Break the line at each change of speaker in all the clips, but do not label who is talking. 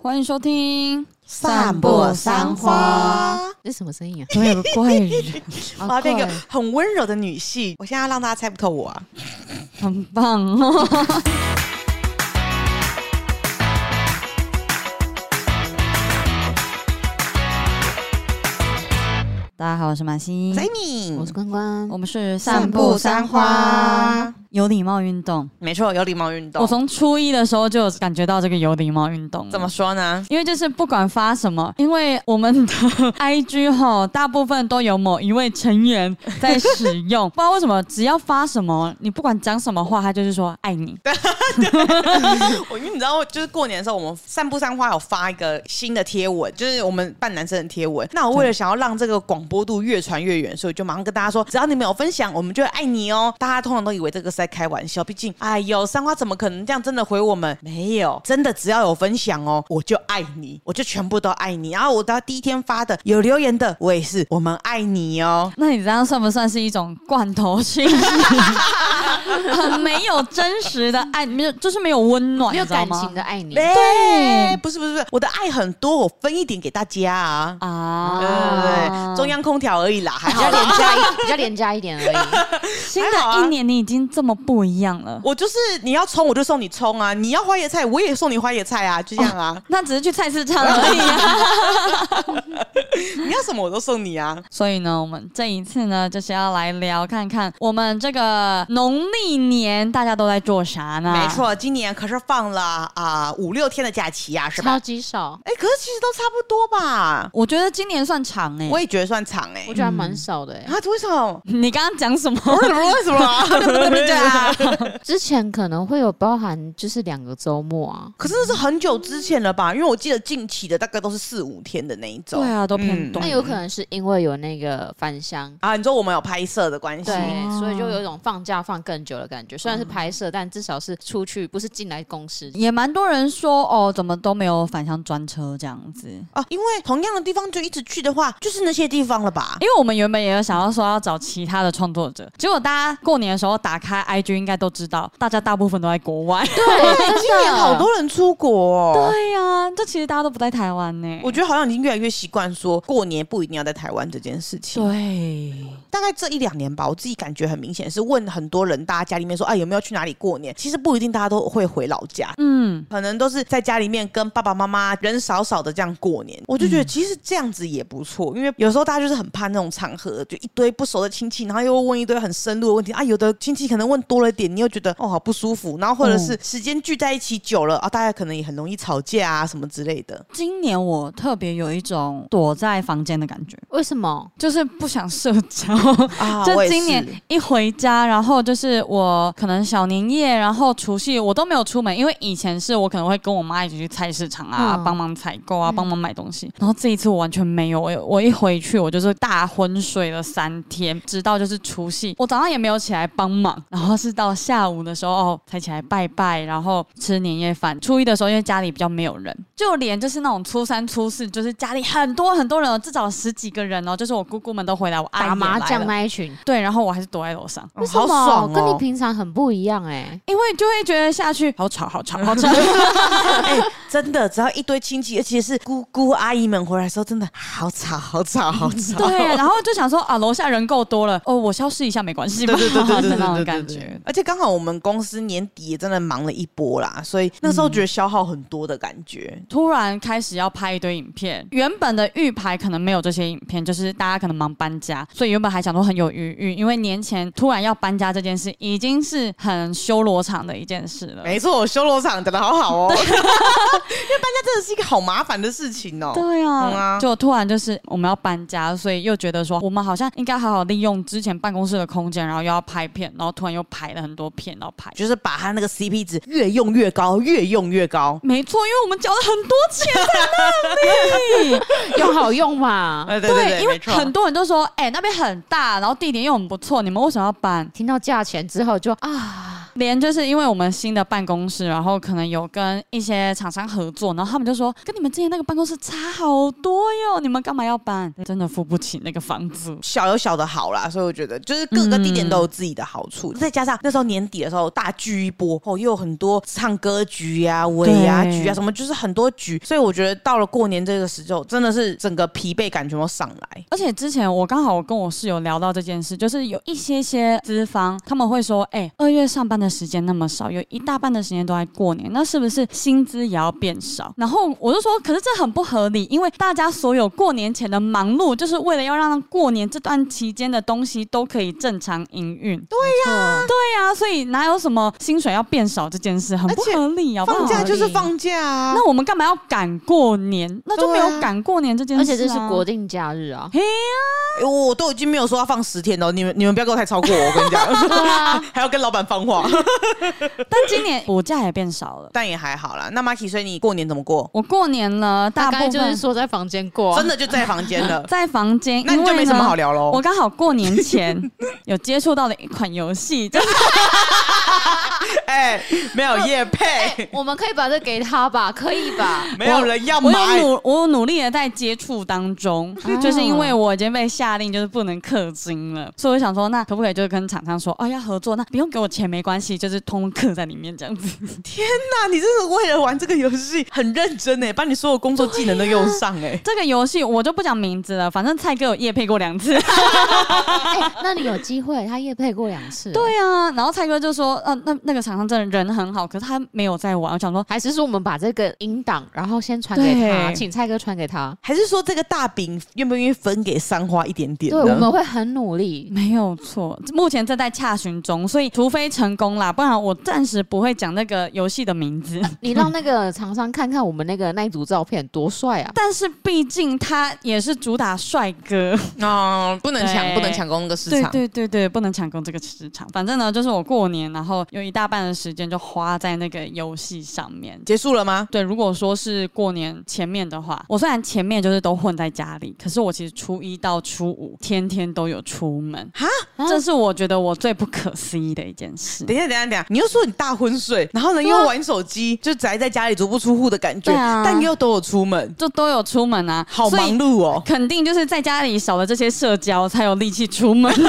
欢迎收听《
散步三花》。
这是什么 声音啊？
怎么有个怪人？
我
好
要变一
怪
个，很温柔的女性，我现在要让大家猜不透我啊！
很棒 哦！大家好，我是马欣，
i 你，
我是关关
嗯我。们是
散步三花，
有礼貌运动。
没错，有礼貌运动。
我从初一的时候就有感觉到这个有礼貌运动了，
怎么说呢？
因为就是不管发什么，因为我们的 IG 哈，大部分都有某一位成员在使 用，不知道为什么，只要发什么，你不管讲什么话，他就是说爱你。
我因为你知道，就是过年的时候，我们散步散花有发一个新的贴文，就是我们扮男生的贴文。那我为了想要让这个广播度越传越远，所以我就马上跟大家说，只要你们有分享，我们就会爱你哦。大家通常都以为这个是在开玩笑，毕竟，哎呦，三花怎么可能这样真的回我们？没有，真的只要有分享哦，我就爱你，我就全部都爱你。然后我到第一天发的有留言的，我也是，我们爱你哦。
那你这样算不算是一种罐头性？很没有真实的爱，没有就是没有温暖，
没有
你知道
感
吗
情的爱你，
对，哎不是不是不是，我的爱很多，我分一点给大家啊。
啊，
嗯
对对对，中央空调而已啦，还
比
好啦。
较廉价一，比较廉价一点而 已。
新
还好
的
啊
一年你已经这么不一样了。
我就是你要葱我就送你葱啊，你要花椰菜我也送你花椰菜啊，就这样啊。
那只是去菜市场而已啊。
你要什么我都送你啊。
所以呢，我们这一次呢，就是要来聊看看我们这个农历年大家都在做啥呢？
没，错，今年可是放了啊、五六天的假期啊，是吧
超？级少，
哎、可是其实都差不多吧，
我觉得今年算长哎、
我也觉得算长哎、
我觉得还蛮少的欸。
啊，为什么？
你刚刚讲什么？
为什么？为什么？
对啊，
之前可能会有包含就是两个周末啊，
可是那是很久之前了吧？因为我记得近期的大概都是四五天的那一种。
对啊，都偏
嗯
短。
那有可能是因为有那个返乡。
啊，你说我们有拍摄的关系，
对，嗯
哦
所以就有一种放假放更久的感觉。虽然是拍摄，但至少是出去，不是进来公司。
也蛮多人说哦，怎么都没有返乡专车这样子。
哦，因为同样的地方就一直去的话，就是那些地方了吧？
因为我们原本也有想要说要找其他的创作者，结果大家过年的时候打开 IG 应该都知道，大家大部分都在国外。
对
今
嗯
年好多人出国、哦。
对呀、这其实大家都不在台湾欸呢、
我觉得好像已经越来越习惯说过年不一定要在台湾这件事情。
对，
大概这一两年吧，我自己感觉很明显是问很多人，大家家里面说，哎，有没有去哪里过年？其实不一定大家都会回老家，
嗯，
可能都是在家里面跟爸爸妈妈人少少的这样过年。我就
嗯
觉得其实这样子也不错，因为有时候大家就是很怕那种场合，就一堆不熟的亲戚，然后又问一堆很深入的问题啊。有的亲戚可能问多了一点，你又觉得哦好不舒服，然后或者
嗯
是时间聚在一起久了啊，大家可能也很容易吵架啊什么之类的。
今年我特别有一种躲在房间的感觉。
为什么？
就是不想社交，
啊，我
就
也
今
是
年一回家，然后就是我可能小年夜，然后除夕我都没有出门，因为以前是我可能会跟我妈一起去菜市场啊，
嗯
帮忙采购啊，帮忙买东西。然后这一次我完全没有，我我一回去我就是大昏睡了三天，直到就是除夕，我早上也没有起来帮忙，然后是到下午的时候、哦、才起来拜拜，然后吃年夜饭。初一的时候因为家里比较没有人，就连就是那种初三初四，就是家里很多很多人哦，至少十几个人哦，就是我姑姑们都回来，我阿姨也
打麻
来
将
了
那一群，
对，然后我还是躲在楼上，
哦
为什么？
好爽
跟你
哦！
平常很不一样 哎、
因为就会觉得下去好吵，好吵，好 吵。
哎、真的，只要一堆亲戚，而且是姑姑阿姨们回来的时候，真的好吵，好吵，好 吵。
对，然后就想说啊，楼下人够多了，哦，我消失一下没关系吧，
对对对对对
的那
对
种
对
感
对
觉。
而且刚好我们公司年底也真的忙了一波啦，所以那时候觉得消耗很多的感觉。
突然开始要拍一堆影片，原本的预排可能没有这些影片，就是大家可能忙搬家，所以原本还想说很有余裕，因为年前突然要搬家这件事已经是很修罗场的一件事了。
没错，修罗场讲的好好哦，因为搬家真的是一个好麻烦的事情哦。
对啊，
嗯啊
就突然就是我们要搬家，所以又觉得说我们好像应该好好利用之前办公室的空间，然后又要拍片，然后突然又排了很多片，然后拍。
就是把他那个 CP 值越用越高，越用越高。
没错，因为我们缴了很多钱，
有好用嘛？
哎，对对对，
因为
没错
很多人都说，哎、那边很大，然后地点又很不错，你们为什么要搬？
听到价钱之后就啊，
连就是因为我们新的办公室，然后可能有跟一些厂商合作，然后他们就说跟你们之前那个办公室差好多哟，你们干嘛要搬？真的付不起那个房租。
小有小的好啦，所以我觉得就是各个地点都有自己的好
嗯
处，再加上那时候年底的时候大聚一波，哦，又有很多唱歌局呀、尾牙局啊
对
什么，就是很多局，所以我觉得到了过年这个时候，真的是整个疲惫感全部上来。
而且之前我刚好我跟我室友聊到这件事，就是有一些些资方他们会说，哎、二月上班的时间那么少，有一大半的时间都在过年，那是不是薪资也要变少？然后我就说，可是这很不合理，因为大家所有过年前的忙碌，就是为了要让过年这段期间的东西都可以正常营运。对
对呀，
呀、所以哪有什么薪水要变少这件事，很不
而且
合理，好不好？
放假就是
合理
放假啊，
那我们干嘛要赶过年？那就没
对
有
啊
赶过年这件事、
而且这是国。定假日啊，
嘿呀、
诶哎我都已经没有说要放十天了，你们你们不要给我太超过我，我跟 你讲，
对啊，
还要跟老板放话，
但今年补假也变少了。
但也还好啦。那 Maki，所以你过年怎么过？
我过年了，大部
大
分，
概就是说在房间过啊，
真的就在房间了
在房间，
那你 就
因为
没
呢
什么好。聊喽。
我刚好过年前 有接触到的一款游戏，就是
哎、没有夜配，
我们可以把这给他吧，可以吧？
没有人要
我
买
有。努我有努力的在接触当中，
啊
就是因为我已经被下令就是不能氪金了，所以我想说，那可不可以就是跟厂商说，哦要合作，那不用给我钱没关系，就是通通氪在里面这样 子。
那你真的为了玩这个游戏很认真哎，把你所有工作技能都用上哎。
这个游戏我就不讲名字了，反正蔡哥有夜配过两 次。
哎，那你有机会，他夜配过两次，，
对啊，然后蔡哥就说，呃，那那个厂商真的人很好，可是他没有在玩。我想说，
还是说我们把这个音档，然后先传给他，
对
请蔡哥传给他，
还是说这个大饼愿不愿意分给三花一点点
对，
呢？
我们会很努力。
没有错，目前正在洽询中，所以除非成功啦，不然我暂时不会讲那个游戏的名字。
你让那个厂商看看我们那个那一组照片多帅啊！
但是毕竟他也是主打帅哥，
嗯，不能抢，
对
不能抢攻那个市
对
场。
对对对，不能抢攻这个市场。反正呢，就是我过年，然后有一大半的时间就花在那个游戏上面。
结束了吗？
对，如果说是过年前面的话，我虽然前面就是都混在家里，可是我其实初一到初五天天都有出门，
啊
这是我觉得我最不可思议的一件事。
等一下，等一下，等一下，你又说你大昏睡，然后呢
对
又
啊
玩手机，就宅在家里足不出户的感觉，
对啊
但又都有出门，
就都有出门啊，
好
所以
忙碌哦。
肯定就是在家里少了这些社交，才有力气出门。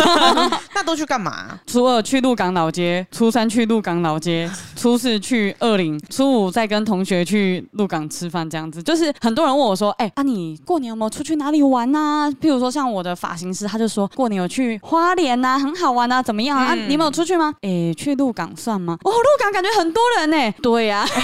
那都去干嘛？
初二去鹿港老街，初三去鹿港老街， 初四去二林，初五再跟同学去鹿港吃饭，这样子。就是很多人问我说：“哎、啊，你过年有没有出去哪里玩呐、譬如说像我的发型师，他就说过年有去花莲呐、很好玩呐、怎么样啊？啊你们有出去吗？哎、去鹿港算吗？哦，鹿港感觉很多人呢、对啊 呀、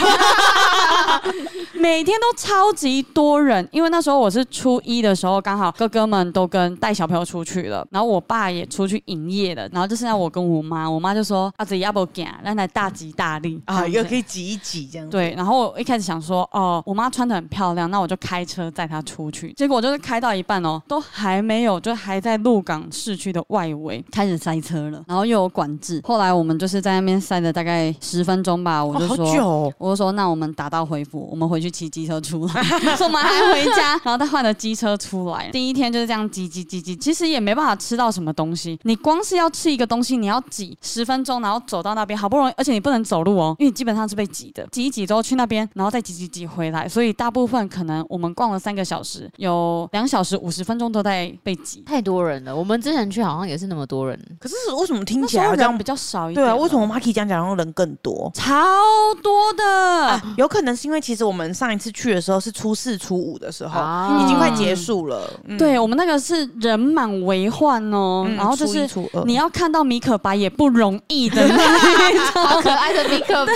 每天都超级多人，因为那时候我是初一的时候，刚好哥哥们都跟带小朋友出去了，然后我爸也出去营业了，然后就剩下我跟我妈，我妈就说：“啊，这要不干，让来大吉大利
啊，
这
又
样子
可以挤一挤这样子。
对，然后我一开始想说，哦，我妈穿的很漂亮，那我就开车载她出去。结果我就是开到一半哦，都还没有，就还在鹿港市区的外围开始塞车了，然后又有管制。后来我们就是在那边塞了大概十分钟吧，我
哦，
就
好
说，
久哦。
我就说那我们打道回府，我们回去骑机车出来，所以我们还回家，然后再换了机车出来。第一天就是这样挤挤挤挤，其实也没办法吃到什么东西。你光是要吃一个东西，你要挤十分钟，然后走到那边，好不容易，而且你不能走路哦，因为你基本上是被挤的。挤一挤之后去那边，然后再挤挤挤回来，所以大部分可能我们逛了三个小时，有两小时五十分钟都在被挤。
太多人了，我们之前去好像也是那么多人，
可是为什么听
那
起
时
来
候
好
人
像
比较少一点
对
了，
啊？为什么 Maki 这样讲，然后人更多？
超多的？
啊，有可能是因为其实我们上一次去的时候是初四、初五的时候，
啊
已经快结束了。嗯，
对我们那个是人满为患哦，
嗯
然后就
初一
是
初二
你要看到米可白也不容易的那一 种。
啊好可爱的米可 吧。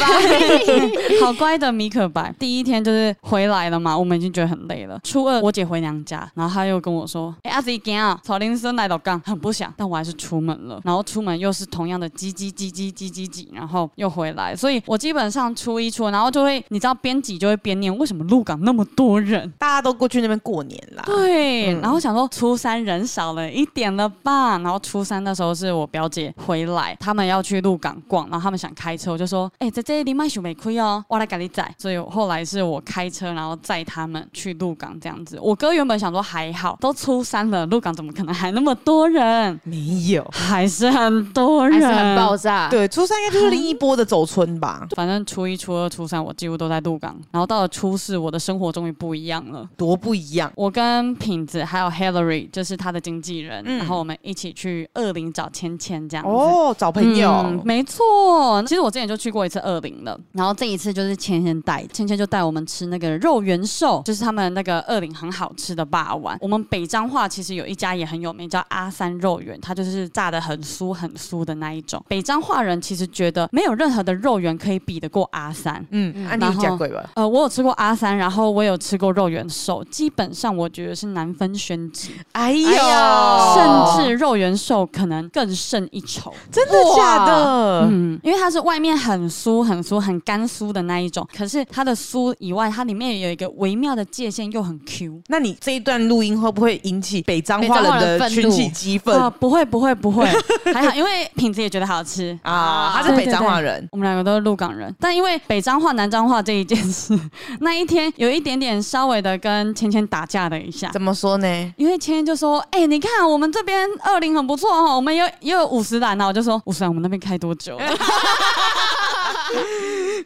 好乖的米可白，第一天就是回来了嘛，我们已经觉得很累了。初二我姐回娘家，然后她又跟我说：“哎、阿子干啊，草林森来到港，很不想，但我还是出门了。然后出门又是同样的叽叽叽叽叽叽叽，然后又回来，所以我基本上初一初二，然后就会你知道边挤就会边念为什么鹿港那么多人。”
大家都过去那边过年啦。
对，
嗯
然后想说初三人少了一点了吧，然后初三那时候是我表姐回来，他们要去鹿港逛，然后他们想开车，我就说，哎、在这里卖熊没亏哦，我来给你载。所以后来是我开车，然后载他们去鹿港这样子。我哥原本想说还好，都初三了，鹿港怎么可能还那么多人？
没有，
还是很多
还
人，
是很爆炸。
对，初三应该就是另一波的走村吧，
反正初一、初二、初三我几乎都在鹿港，然后到了初四，我的生活终于不一样了。
多不一样。
我跟品子还有 Hillary，就是他的经纪人，
嗯
然后我们一起去二林找芊芊这样子。
哦，找朋
嗯
友，
没错。其实我之前就去过一次二林了，然后这一次就是芊芊带，芊芊就带我们吃那个肉圆寿，就是他们那个二林很好吃的霸王。我们北彰化其实有一家也很有名，叫阿三肉圆，它就是炸的很酥很酥的那一种。北彰化人其实觉得没有任何的肉圆可以比得过阿三。
嗯，
嗯
安
然
妮
后
讲鬼吧。
呃，我有吃过阿三，然后我有吃过肉圆寿，基本上我觉得是难分轩轾，
哎
哎呦哦
甚至肉圆寿可能更胜一筹。
真的假的？
嗯，因为它是外面很酥、很酥、很干酥的那一种，可是它的酥以外，它里面有一个微妙的界限，又很 Q。
那你这一段录音会不会引起北彰化
北彰化
人的
人愤怒
群起激愤
啊，不会，不会，不会，还好，因为品质也觉得好吃。
啊？他是
对
北
对
彰化
对
人，
我们两个都是鹿港人，但因为北彰化、南彰化这一件事， 那一天有一点点稍微的跟芊芊打架了一下。
怎么 说呢？
因为芊芊就说：“哎、你看我们这边二零很不错哦，我们有也有五十栏呢。”我就说：“五十栏我们那边开多久？”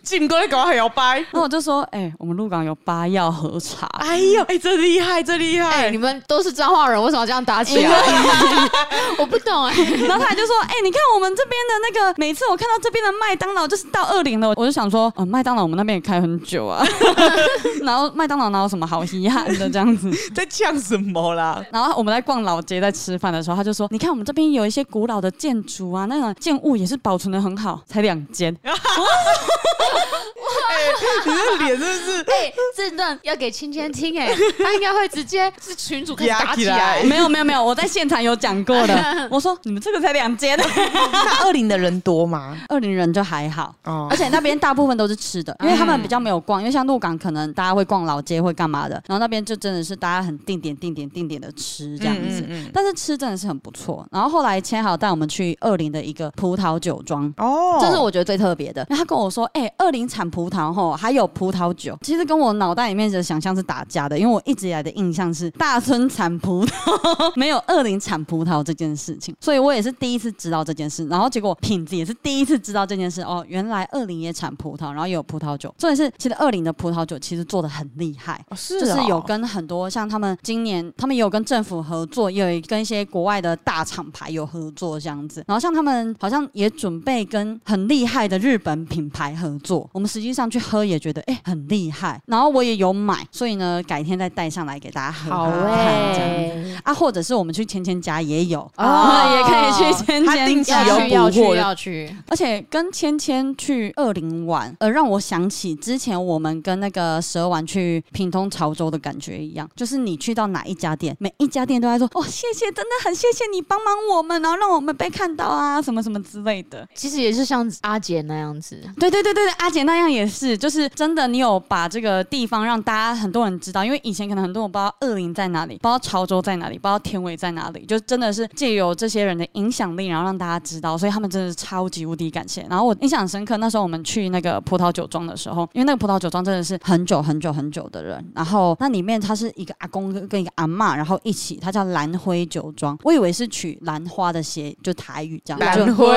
进哥搞很摇摆。
然后我就说：“哎、我们鹿港有八药和茶。”
哎呦，哎，这厉害，这厉
哎、
害
你！们都是彰化人，为什么要这样打起来？ 我不懂哎、
然后他就说：“哎、你看我们这边的那个，每次我看到这边的麦当劳就是到二零了，我就想说，呃，麦当劳我们那边也开很久啊， 然后麦当劳哪有什么好遗憾的这样子。”
在呛什么啦？
然后我们在逛老街在吃饭的时候，他就说：“你看我们这边有一些古老的建筑啊，那种建物也是保存的很好，才两间。
你的脸真的是
哎、这段要给芊芊听哎、他应该会直接是群主开始打起
压起
来
来。
没有没有没有，我在现场有讲过 的。我说你们这个才两间，
那二林的人多吗？
二零人就还好。”
哦
而，且那边大部分都是吃的，因为他们比较没有逛，因为像鹿港可能大家会逛老街，会干嘛的，然后那边就真的是大家很定点、定点、定点的吃这样子。
嗯嗯
但是吃真的是很不错。然后后来签好带我们去二林的一个葡萄酒庄。
哦，
这是我觉得最特别的，因为他跟我说，哎、二林产葡萄吼，还有葡萄酒，其实跟我脑袋里面的想象是打架的，因为我一直以来的印象是大村产葡萄， 没有二林产葡萄这件事情，所以我也是第一次知道这件事，然后结果品子也是第一次知道这件事，哦，原来二林也产葡萄，然后也有葡萄酒，重点是其实二林的葡萄酒其实做的很厉害，
哦是
就是
哦
有跟很多像他们今年，他们也有跟政府合作，也有跟一些国外的大厂牌有合作这样子。然后像他们好像也准备跟很厉害的日本品牌合作，我们实际上去喝也觉得哎、诶很厉害。然后我也有买，所以呢改天再带上来给大家喝。
好
看
哎
这样子啊，或者是我们去芊芊家也有，
哦
也可以去芊
他
芊
定期
家
有
要去要
捕获
去
的
要去，
而且跟芊芊去二林玩，呃，让我想起之前我们跟那个蛇丸去屏东潮州的感觉一样，就是你去到哪一家店，每一家店都在说，哦，谢谢，真的很谢谢你帮忙我们，然后让我们被看到啊，什么什么之类的。
其实也是像阿杰那样子，
对对对对对，阿姐那样也是，就是真的，你有把这个地方让大家很多人知道，因为以前可能很多人不知道二林在哪里，不知道潮州在哪里，不知道天尾在哪里，就真的是借由这些人的影响力，然后让大家知道，所以他们真的是超级无敌感谢。然后我印象很深刻，那时候我们去那个葡萄酒庄的时候，因为那个葡萄酒庄真的是很久很久很久的人，然后那里面他是一个阿公跟跟一个阿嬷，然后一起，他叫蓝灰酒庄，我以为是取兰花的谐，就台语这样，就
蓝灰，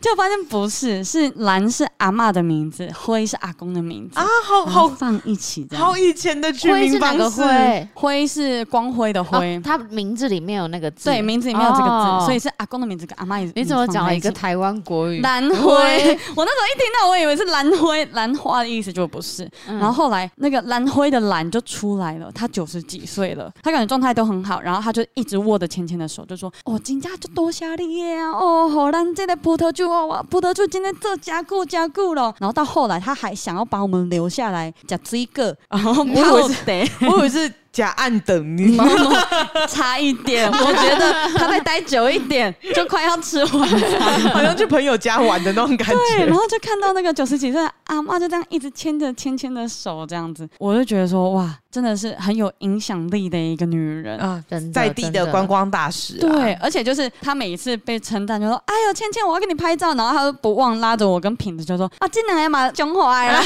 就发现不是，是蓝是阿嬷的名字，灰是阿公的名字
啊，好
然后
好
放一起嗯这样
好。以前的取
灰是
名
哪
方
个
式，
灰？
灰是光辉的
哦
灰，，
啊
他名字里面有那个字。
对，名字里面有这个字，
哦
所以是阿公的名字跟阿嬷也。
你怎么讲了一个
也放在
台湾国
一
语
起？蓝灰？ 我那时候一听到，我以为是蓝灰，兰花的意思就不是。
嗯
然后后来那个蓝灰的蓝就出来了，他九十几岁了，他感觉状态都很好，然后他就一直握着芊芊的手，就说：“哦，金家就多谢你啊，哦，好咱这个葡萄酒哦，哇葡萄酒今天做加固加固了。”然后到后来他还想要把我们留下来吃水果，然后
我以 为
泡茶。
我以为是假暗等你。
差一点，我觉得他再待久一点，就快要吃完了。
好像去朋友家玩的那种感
对，
觉
然。后就看到那个九十几岁的阿妈就这样一直牵着芊芊的手，这样子，我就觉得说，哇，真的是很有影响力的一个女人。
啊
真的
在地
真
的
的
观光大使、啊，
对，，嗯而且就是她每一次被称赞，就说：“哎呦，芊芊，我要跟你拍照。”然后她都不忘拉着我跟品子，就说：“啊，进来嘛，囧火来了。”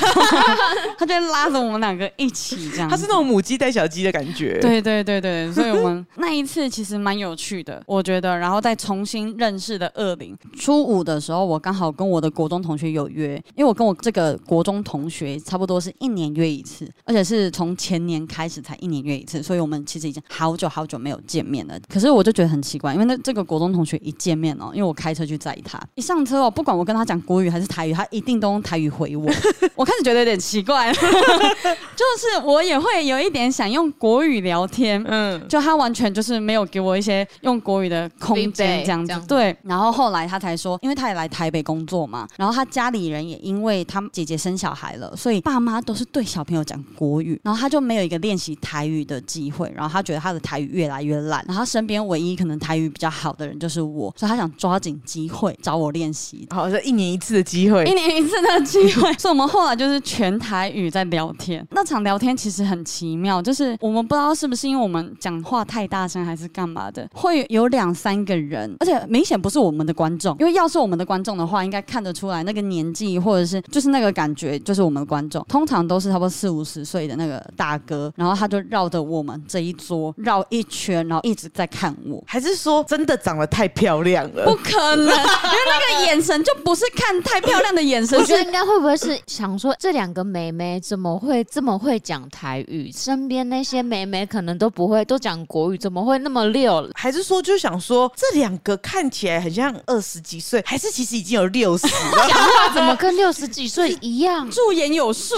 她就会拉着我们两个一起这样
它
子。
是那种母鸡带小鸡的感觉。，
对对对对，所以我们 那一次其实蛮有趣的，我觉得。然后再重新认识的二零初五的时候，我刚好跟我的国中同学有约，因为我跟我这个国中同学差不多是一年约一次，而且是从前年开始才一年约一次，所以我们其实已经好久好久没有见面了。可是我就觉得很奇怪，因为那这个国中同学一见面哦，因为我开车去载他，一上车哦，不管我跟他讲国语还是台语，他一定都用台语回我，我开始觉得有点奇怪， 就是我也会有一点想用国语聊天，
嗯，
就他完全就是没有给我一些用国语的空间
Feedback，
这样
这
子
样。子
对，然后后来他才说，因为他也来台北工作嘛，然后他家里人也因为他姐姐生小孩了，所以爸妈都是对小朋友讲国语，然后他就没有一个练习台语的机会，然后他觉得他的台语越来越烂，然后他身边唯一可能台语比较好的人就是我，所以他想抓紧机会找我练习。
好，这一年一次的机会
一。年一次的机会， 所以我们后来就是全台语在聊天。那场聊天其实很奇妙，就是我们不知道是不是因为我们讲话太大声还是干嘛的，会有两三个人，而且明显不是我们的观众，因为要是我们的观众的话，应该看得出来那个年纪或者是就是那个感觉就是我们的观众，通常都是差不多四五十岁的那个大哥，然后他就绕着我们这一桌绕一圈，然后一直在看我。
还是说真的长得太漂 亮
不
了？
可能，因为那个眼神就不是看太漂亮的眼神，
我
是
觉得应该会不会是想说，这两个妹妹怎么会这么会讲台语？身边那些妹妹可能都不会，都讲国语，怎么会那么溜？
还是说就想说这两个看起来很像二十几岁，还是其实已经有六十了？
讲话怎么跟六十几岁一样？
驻颜有术。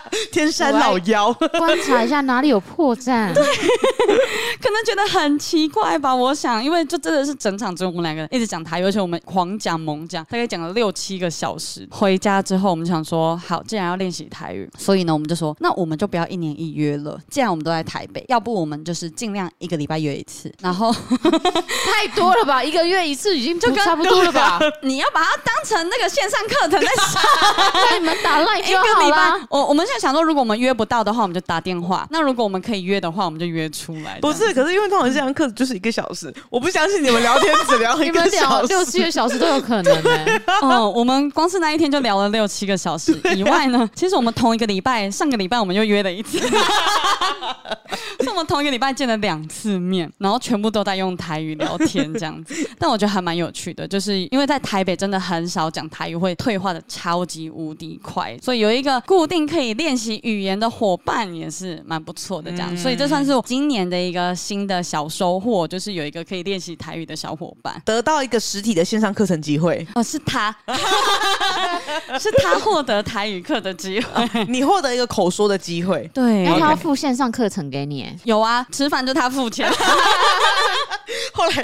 天山老妖，
观察一下哪里有破绽。对，
可能觉得很奇怪吧，我想，因为就真的是整场只有我们两个人一直讲台语，而且我们狂讲猛讲，大概讲了六七个小时。回家之后，我们想说，好，既然要练习台语，所以呢，我们就说，那我们就不要一年一约了。既然我们都在台北，要不我们就是尽量一个礼拜约一次。然 后
太多了吧？一个月一次已经就
就跟啊
差不多了吧？
你要把它当成那个线上课程在上。
那你们打赖
一
就
个
好
礼
啦
拜。， 我我们现在想说，如果我们约不到的话，我们就打电话；那如果我们可以约的话，我们就约出来。
不
这样
是，可是因为通常这堂课就是一个小时，我不相信你们聊天只聊一
你们
个
聊
小
六
时。
七个小时都有可能欸呢、
哦，我们光是那一天就聊了六七个小时以外呢，其实我们同一个礼拜，上个礼拜我们又约了一次，是我们同一个礼拜见了两次面，然后全部都在用台语聊天这样子。但我觉得还蛮有趣的，就是因为在台北真的很少讲台语，会退化的超级无敌快，所以有一个固定可以练习语言的伙伴也是蛮不错的。这样，所以这算是我今年的一个新的小收获，就是有一个可以练习台语的小伙伴。
得到一个实体的线上课程机会，
哦，是他， 是他获得台语课的机会。
你获得一个口说的机会。
对
哎然后他要
OK
付线上课程给你、欸，
有啊，吃饭就他付钱。
后来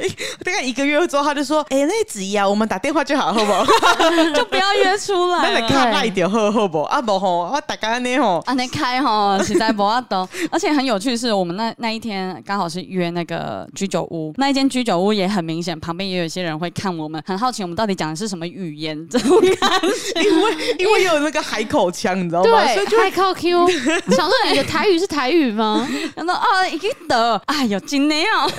大概一个月之后，他就说：“哎、那子怡啊，我们打电话就好，好不 好？
就不要约出
那
来
来
了。
看赖点好，好不好？啊不吼，我打干你吼。”
啊，那开哈，实在不要懂。而且很有趣的是，我们那那一天刚好是约那个居酒屋，那一间居酒屋也很明显，旁边也有一些人会看我们，很好奇我们到底讲的是什么语言。这种感觉
因为因为有那个海口腔，
哦
你知道吗？所以就
对，还靠 Q，想说你的台语是台语吗？
然后啊，一个的，哎呦，今天哦，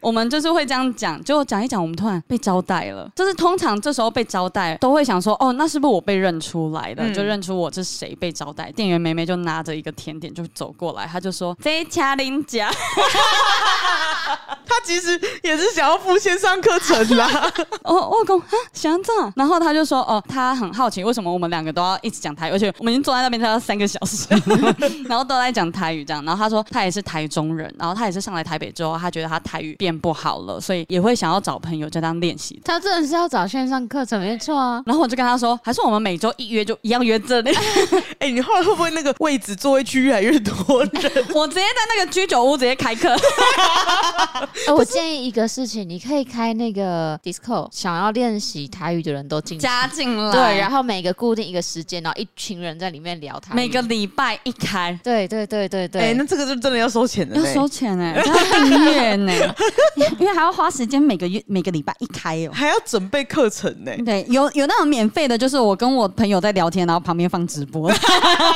我们就是会这样讲，结果讲一讲，我们突然被招待了。就是通常这时候被招待，都会想说，哦，那是不是我被认出来的？
嗯
就认出我是谁被招待。店员梅梅就拿着一个甜点就走过来，她就说：“这恰林家。
他其实也是想要付线上课程 啦。”
哦，我公啊，想这样。然后她就说：“哦，她很好奇为什么我们两个都要一直讲台语，而且我们已经坐在那边大概三个小时， 然后都在讲台语这样。”然后她说她也是台中人，然后她也是上来台北之后，她觉得她台语变不做好了，所以也会想要找朋友在当练习。
他真的是要找线上课程，没错 啊。
然后我就跟他说，还是我们每周一约就一 样约这里。
哎、你后来会不会那个位置座位区越来越多人？
我直接在那个居酒屋直接开课，
哎，我建议一个事情，你可以开那个 Discord，想要练习台语的人都进去。
加进来。
对，然后每个固定一个时间，然后一群人在里面聊台语。
每个礼拜一开。
对对对对
哎、
对，
那这个就真的要收钱的
要
嘞，
收钱哎、欸，要欸订阅呢， 因为还要花时间每个月每个礼拜一开哦、
还要准备课程呢。
对，有有那种免费的，就是我跟我朋友在聊天，然后旁边放直播，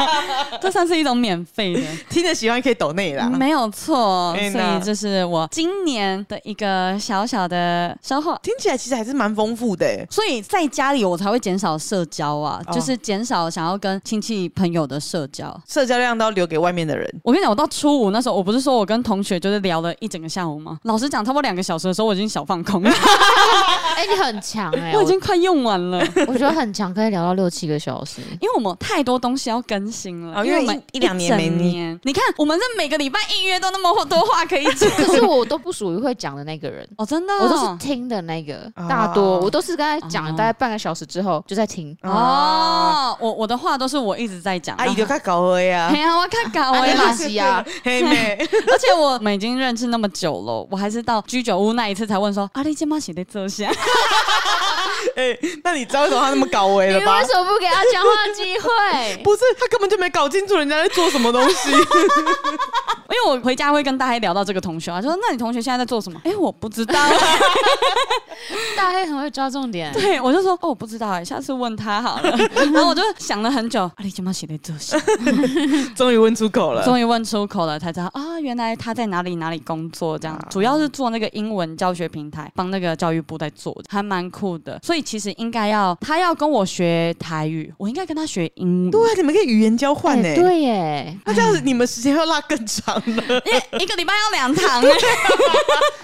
这算是一种免费的。
听着喜欢可以抖内啦。
没有错，
啊哎
所
那
以这是我今年的一个小小的收获。
听起来其实还是蛮丰富的欸，
所以在家里我才会减少社交啊，
哦
就是减少想要跟亲戚朋友的社交。
社交量都要留给外面的人。
我跟你讲，我到初五那时候，我不是说我跟同学就是聊了一整个下午吗？老实讲，差不多两个小时的时候，我已经小放空了，
哎，你很强哎，
我
我
已经快用完了，
我觉得很强，可以聊到六七个小时。
因为我们太多东西要更新了。
哦
因为我
因为
们
一一两年
整
没腻
年，你看我们这每个礼拜一约都那么多话可以讲
可 是我都不属于会讲的那个人，
哦，真的哦，
我都是听的那个，
哦
大多我都是跟他讲
哦
大概半个小时之后就在听。
啊，
哦，我我的话都是我一直在讲，
阿姨 就
看，
开搞了呀
哎，呀，我看搞
啊
我
你
也
垃圾啊！
黑妹，
而且我们已经认识那么久了，我还是到居酒屋那一次才问说：“啊，你今晚写的这 些
哎，那你知道为什么他那么搞为
你
了
为
吧？
什么不给他讲话机 会？
不是，他根本就没搞清楚人家在做什么东 西。
因为我回家会跟大黑聊到这个同学啊，就说：“那你同学现在在做什么？”哎、 我不知 道。
大黑很会抓重点。
对，我就说：“哦，我不知道哎、下次问他好了。” 然后我就想了很久，啊，你今晚写的这些，
终于问出口了，
终于问出口了，才知道啊，原来他在哪里哪里工作，这样
啊
主要是做那个英文教学平台，帮那个教育部在做，还蛮酷的。所以其实应该要他要跟我学台语，我应该跟他学英文。
对啊，你 们可以语言交换呢。
哎对耶，
那这样子你们时间要拉更长了。
一一个礼拜要两堂、欸，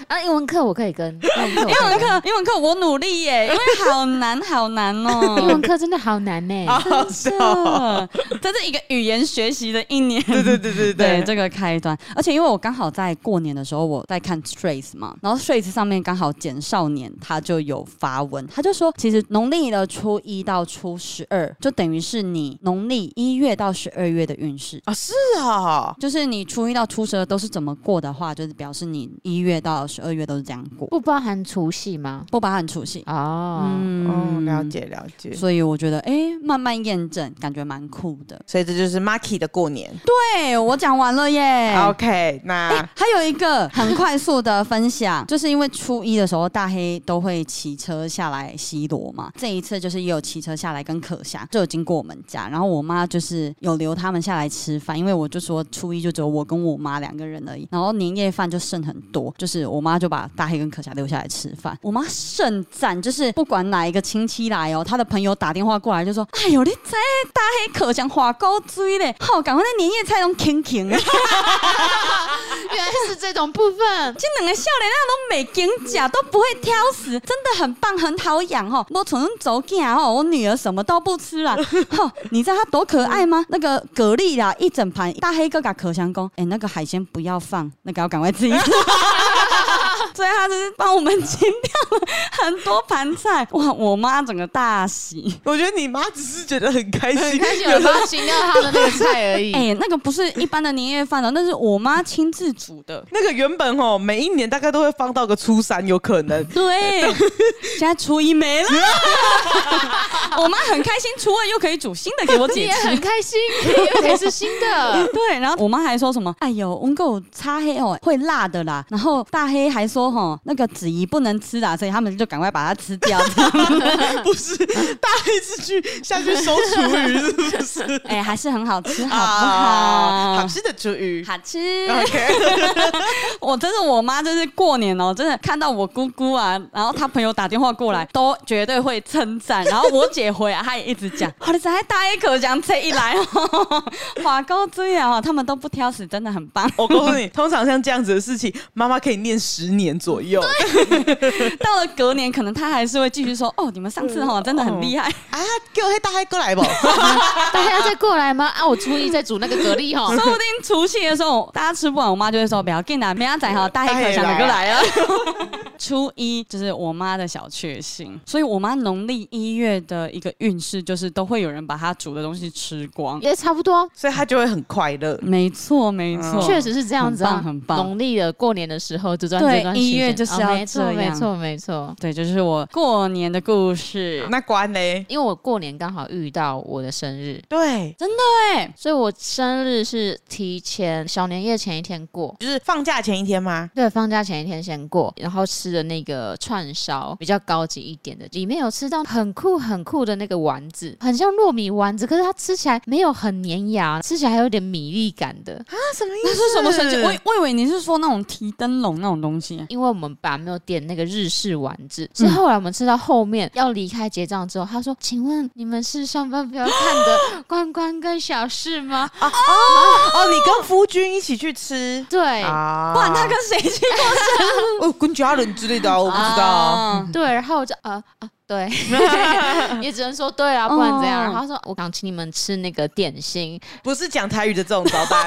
啊，英文课我可以跟，英文
英文
课
课，英文课我努力耶，因为好难好难
我可以跟，英文
哦、
课真的好难呢。
好
真
笑。
的， 这是一个语言学习的一年。
啊对对对
对
对对，
这个开端，而且因为我刚好在过年的时候我在看 Strays 嘛，然后 Strays 上面刚好简少年他就有发文，他就说其实农历的初一到初十二就等于是你农历一月到十二月的运势。
啊是啊，
就是你初一到初十二都是怎么过的话，就是表示你一月到十二月都是这样过，
不包含除夕吗？
不包含除夕。
哦，
嗯
哦，了。解了解。
所以我觉得，哎、慢慢验证，感觉蛮酷的。
所以这就是 Marky 的过年。
对我讲完了耶。
OK，
哎、
那
还有一个 很快速的分享， 就是因为初一的时候，大黑都会骑车下来西罗嘛。这一次就是也有骑车下来跟可霞，就有经过我们家，然后我妈就是有留他们下来吃饭，因为我就说初一就只有我跟我妈两个人而已，然后年夜饭就剩很多，就是我妈就把大黑跟可霞留下来吃饭。我妈盛赞，就是不管哪一个亲戚来哦，她的朋友打电话过来就说：“哎呦，你知大黑可翔花高追嘞，好，赶快那年夜菜拢啃啃。”
原来是这种部分。
这两个笑脸那种美景甲都不会挑食，真的很棒，很好养哦。我从走进哦，我女儿什么都不吃啦。吼，你知道她多可爱吗？那个蛤蜊啦，一整盘大黑哥嘎可香公，哎、那个海鲜不要放，那个要赶快自己吃。 所以她就是帮我们清掉了很多盘菜，哇！我妈整个大喜。
我觉得你妈只是觉得很开心，
开始有人帮他清掉他的那个菜而
嗯
已。
哎、那个不是一般的年夜饭了，那是我妈亲自煮的。
那个原本哦，每一年大概都会放到个初三，有可能。
对， 现在初一没了， 我妈很开心，初二又可以煮新的给我
你
姐
也
吃。
很。开心，又可以吃新的
对，然后我妈还说什么？哎呦，温够擦黑哦，会辣的啦。然后大黑还说吼，那个子怡不能吃啦，所以他们就赶快把它吃掉。
不是，大黑是去下去收厨余，是不是？
哎、还是很好吃，好不
啊，好
好？
吃的厨余。
好吃。
OK，
我真是我妈，就是过年哦、真的看到我姑姑啊，然后她朋友打电话过来，都绝对会称赞。然后我姐回来，她也一直讲，我的仔大一口讲这一来哦， 花高追啊，他们都不挑食，真的很棒。
哦我告诉你，通常像这样子的事情，妈妈可以念十年，年左右。
到了隔年，可能他还是会继续说：“哦，你们上次哈真的很厉害。
啊，给我黑大黑过来 吧。
大家再过来吗？ 啊，我初一在煮那个蛤蜊哈
说，不定除夕的时候大家吃不完，我妈就会说：“不要紧啦，明仔载哈大黑可想的就来啊了。”哎 初一就是我妈的小确幸，所以我妈农历一月的一个运势就是都会有人把她煮的东西吃光。
也差不多，
所以他就会很快乐。
没错，没错，
确实是这样子啊，
哦很棒很棒
农历的过年的时候，就算
对
这段时间
一月就是要
哦没错，
这
没
样
错，没错。
对，就是我过年的故事。
那关呢？
因为我过年刚好遇到我的生日，
对，
对，
所以我生日是提前小年夜前一天过。
就是放假前一天吗？
对，放假前一天先过，然后吃的那个串烧比较高级一点的，里面有吃到很酷很酷的那个丸子，很像糯米丸子，可是它吃起来没有很粘牙，吃起来还有点米粒感的。
啊，什么意
那
思？
是啊什么神奇？我以我以为你是说那种提灯笼那种东西。
因为我们爸没有点那个日式丸子，
嗯
是后来我们吃到后面要离开结账之后，他说：“请问你们是上班不要看的关关跟小事吗
啊 哦，你跟夫君一起去吃？”
对。
啊？
不然嗯他跟谁去？
哦跟家人之类的啊，我
我
不知道。。
啊
对，然后我就呃啊， 对，也只能说对啊，不然怎样？
哦
然后他说我想请你们吃那个点心，哦
不是讲台语的这种招待，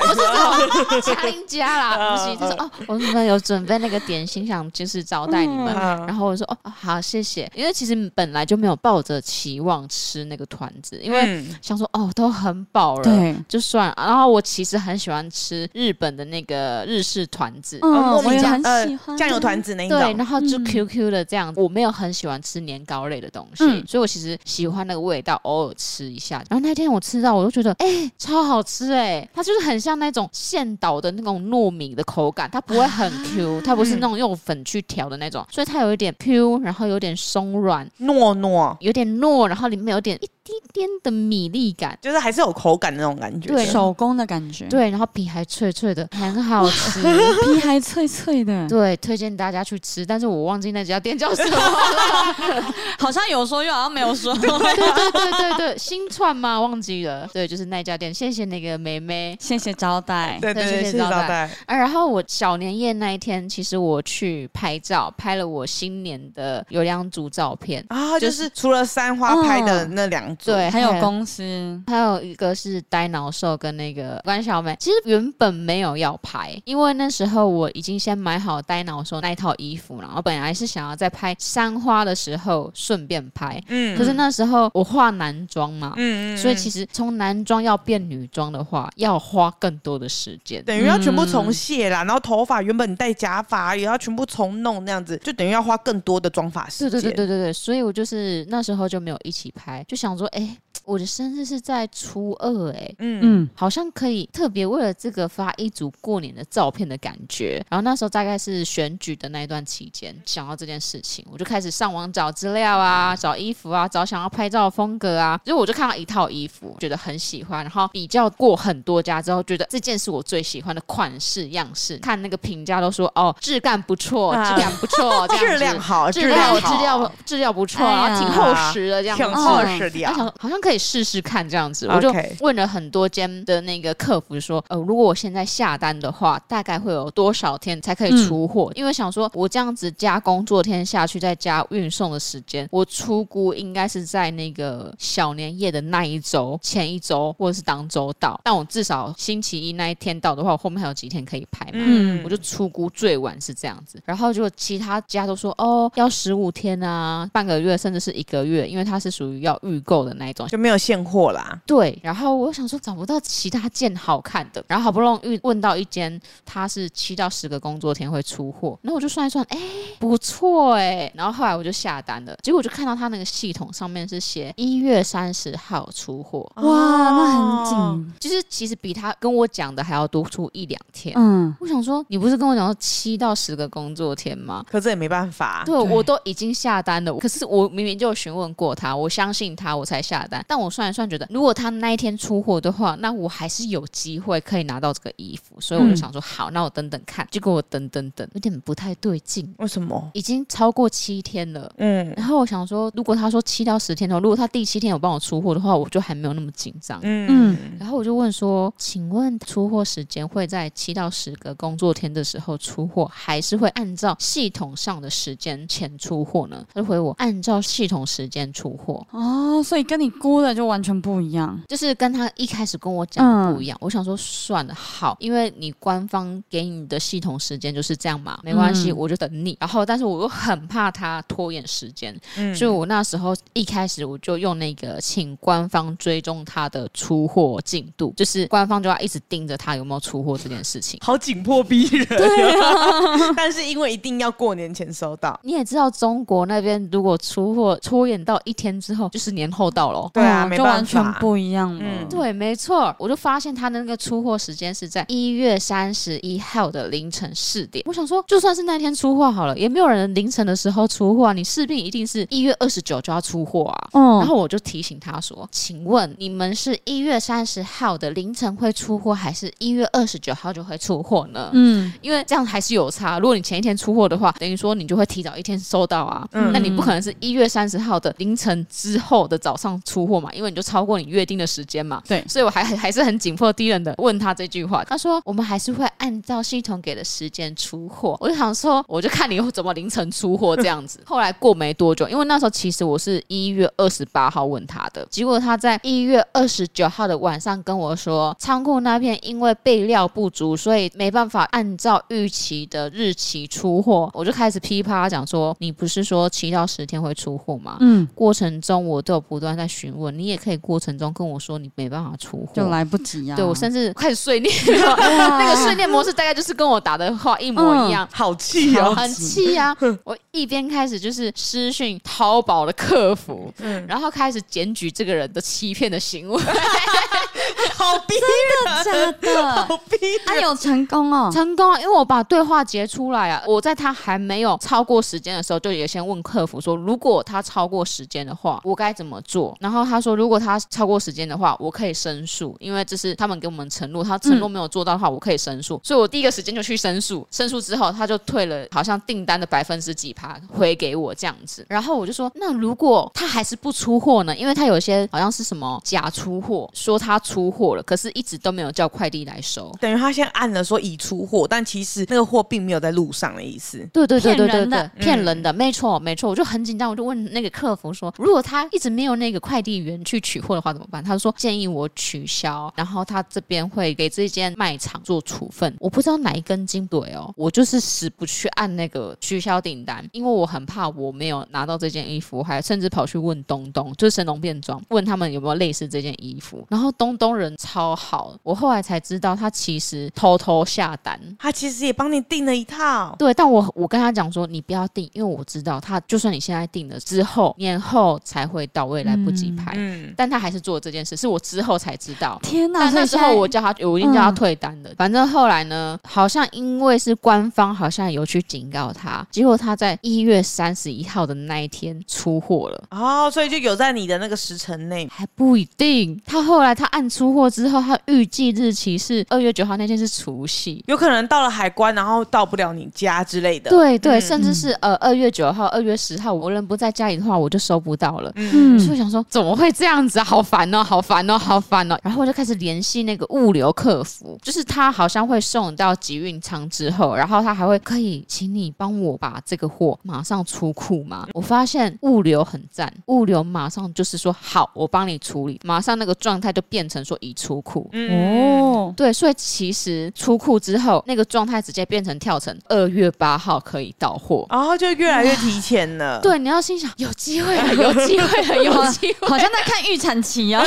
嘉玲 家
嗯
啦，不是，他说哦，我们有准备那个点心，想就是招待你们。
嗯
然后我说哦，好，谢谢，因为其实本来就没有抱着期望吃那个团子，因为
嗯
想说哦，都很饱了，
对，
就算了。然后我其实很喜欢吃日本的那个日式团子。
嗯，
哦
我也
酱
很
呃
喜欢
酱油团子那一
对，
种
然。后就
嗯
QQ 的这样，我没有很喜欢吃年糕类的东西，
嗯
所以我其实喜欢那个味道，偶尔吃一下。然后那天我吃到，我就觉得哎、超好吃哎、它就是很像那种现捣的那种糯米的口感，它不会很 Q，它不是那种用粉去调的那种，所以它有一点 Q，然后有点松软，
糯糯，
有点糯，然后里面有点一滴点的米粒感。
就是还是有口感的那种感觉。
对
手工的感觉，，
对，然后皮还脆脆的，很好 吃。
皮还脆脆的，
对，推荐大家去吃，但是我忘记那家店叫什么了。
好像有说又好像没有说。
对对对对对，新串吗？忘记了。对，就是那家店。谢谢那个梅梅。
谢谢招待，
对对对，
对谢谢
谢谢招
招待
待。
啊，然后我小年夜那一天，其实我去拍照，拍了我新年的有两组照片。
啊，
就
就是除了三花拍的那两组，
对，
还有。公司，
还有一个是呆脑兽跟那个关小美，其实原本没有要拍，因为那时候我已经先买好呆脑兽那一套衣服，然后本来是想要在拍山花的时候顺便拍，
嗯
可是那时候我化男装嘛，
嗯嗯
所以
嗯
其实从男装要变女装的话，要花更多的时间。
等于要全部重卸啦，然后头发原本你戴假发也要全部重弄，那样子就等于要花更多的妆发时
对
间。
对对对对对，所以我就是那时候就没有一起拍，就想说，哎、我的生日是在初二、哎。
嗯，
嗯，
好像可以特别为了这个发一组过年的照片的感觉，然后那时候大概是选举的那一段期间，想到这件事情，我就开始上网找资料啊，找衣服啊，找想要拍照的风格啊，所以我就看到一套衣服，觉得很喜欢，然后比较过很多家之后，觉得这件是我最喜欢的款式样式，看那个评价都说哦，质感不错，
啊
质感 不错，这样子
哦质量好，
质
量
量
好，
质量质量不错，
哎呀
然后挺厚实的这样子，
挺厚
嗯
实的呀
他。啊想好像可以试试看这样子，我就
OK
问了很多间的那个客服说，呃，如果我现在下单的话，大概会有多少天才可以出货？因为想说我这样子加工作天下去，再加运送的时间，我出估应该是在那个小年夜的那一周、前一周或者是当周到，但我至少星期一那一天到的话，我后面还有几天可以拍嘛。
嗯
我就出估最晚是这样子，然后结果其他家都说哦要十五天啊，半个月甚至是一个月，因为它是属于要预购的那一种。
就没有现货啦。
对，然后我想说找不到其他件好看的，然后好不容易问到一间，它是七到十个工作天会出货，然后我就算一算，哎，不错哎，然后后来我就下单了，结果我就看到它那个系统上面是写一月三十号出货，
哇，那很
哦。
紧，
就是其实比他跟我讲的还要多出一两天。
嗯，
我想说，你不是跟我讲说七到十个工作天吗？
可这也没办法，
对，我都已经下单了，可是我明明就有询问过他，我相信他，我才下单。但但我算一算，觉得如果他那一天出货的话，那我还是有机会可以拿到这个衣服，所以我就
嗯
想说，好，那我等等看。结果我等等等，有点不太对劲，
为什么？
已经超过七天了。
嗯
然后我想说，如果他说七到十天的话，如果他第七天有帮我出货的话，我就还没有那么紧张。
嗯
然后我就问说：“请问出货时间会在七到十个工作天的时候出货，还是会按照系统上的时间前出货呢？”他就回我：“按照系统时间出货。”
哦，所以跟你估的就完全不一样。
就是跟他一开始跟我讲的
嗯
不一样，我想说算了，好，因为你官方给你的系统时间就是这样嘛，没关系，
嗯
我就等你。然后，但是我又很怕他拖延时间，
嗯。
所以我那时候一开始我就用那个请官方追踪他的出货进度，就是官方就要一直盯着他有没有出货这件事情
好紧迫逼人，对、啊、 但是因为一定要过年前收到，
你也知道，中国那边如果出货拖延到一天之后，就是年后到了哦。
对啊
嗯
没
就
办
完全
法
不一样了。
嗯
对，没错，我就发现他的那个出货时间是在一月三十一号的凌晨四点。我想说，就算是那天出货好了，也没有人凌晨的时候出货、啊，你势必一定是一月二十九就要出货啊。
嗯，
然后我就提醒他说：“请问你们是一月三十号的凌晨会出货，还是一月二十九号就会出货呢？”
嗯，
因为这样还是有差。如果你前一天出货的话，等于说你就会提早一天收到啊。
嗯
那你不可能是一月三十号的凌晨之后的早上出货嘛，因为你就超过你约定的时间嘛。
对
所以我还还是很紧迫低人的问他这句话。他说我们还是会按照系统给的时间出货。我就想说，我就看你怎么凌晨出货这样子。 后来过没多久，因为那时候其实我是一月二十八号问他的，结果他在一月二十九号的晚上跟我说，仓库那边因为备料不足，所以没办法按照预期的日期出货。我就开始噼啪讲说，你不是说七到十天会出货吗？
嗯，
过程中我都有不断在询问，你也可以过程中跟我说你没办法出货，
就来不及啊。嗯
对我甚至开始碎念 了，那个碎念模式大概就是跟我打的话一模一样。
好气哦！
很气呀、我一边开始就是私讯淘宝的客服，
嗯
然后开始检举这个人的欺骗的行为，
好逼，
真的假 的？
好逼！啊
他有成功哦。
成功啊！因为我把对话截出来啊，我在他还没有超过时间的时候，就也先问客服说，如果他超过时间的话，我该怎么做？然后他说，如果他超过时间的话，我可以申诉，因为这是他们给我们承诺，他承诺没有做到的话，我可以申诉。所以我第一个时间就去申诉，申诉之后他就退了，好像订单的百分之几趴回给我这样子。然后我就说，那如果他还是不出货呢？因为他有些好像是什么假出货，说他出货了，可是一直都没有叫快递来收。
等于他先按了说已出货，但其实那个货并没有在路上的意思。
对对对对
骗
对
人
对
的，嗯
骗人的，没错没错，我就很紧张，我就问那个客服说，如果他一直没有那个快递员去取货的话怎么办？他说建议我取消，然后他这边会给这间卖场做处分。我不知道哪一根筋对哦，我就是死不去按那个取消订单，因为我很怕我没有拿到这件衣服，我还甚至跑去问东东，就是神农变装，问他们有没有类似这件衣服。然后东东人超好，我后来才知道他其实偷偷下单，
他其实也帮你订了一套，
对，但我我跟他讲说，你不要订，因为我知道他，就算你现在订了之后，年后才会到，我也来不及
嗯
拍。
嗯，
但他还是做了这件事，是我之后才知道。
天哪！
但
所以
那时
现
候
在
我叫他，我已经叫他
嗯
退单了。反正后来呢，好像因为是官方，好像有去警告他，结果他在一月三十一号的那一天出货了。
哦，所以就有在你的那个时辰内。
还不一定，他后来他按出货之后，他预计日期是二月九号那天是除夕，
有可能到了海关，然后到不了你家之类的。，
对对，
嗯
甚至是呃二月九号、二月十号，我人不在家里的话，我就收不到了。
嗯
所以我想说，怎么会这样子啊？好烦哦，好烦哦，好烦哦！然后我就开始联系那个物流客服，就是他好像会送到集运仓之后，然后他还会可以请你帮我把这个货马上出库吗？我发现物流很赞，物流马上就是说好，我帮你处理，马上那个状态就变成说已出库。
嗯
哦，
对，所以其实出库之后，那个状态直接变成跳成二月八号可以到货。
然哦后就越来越提前了。，
对，你要心想有机 会了，有机会了，有机会
好像在看预产期 啊。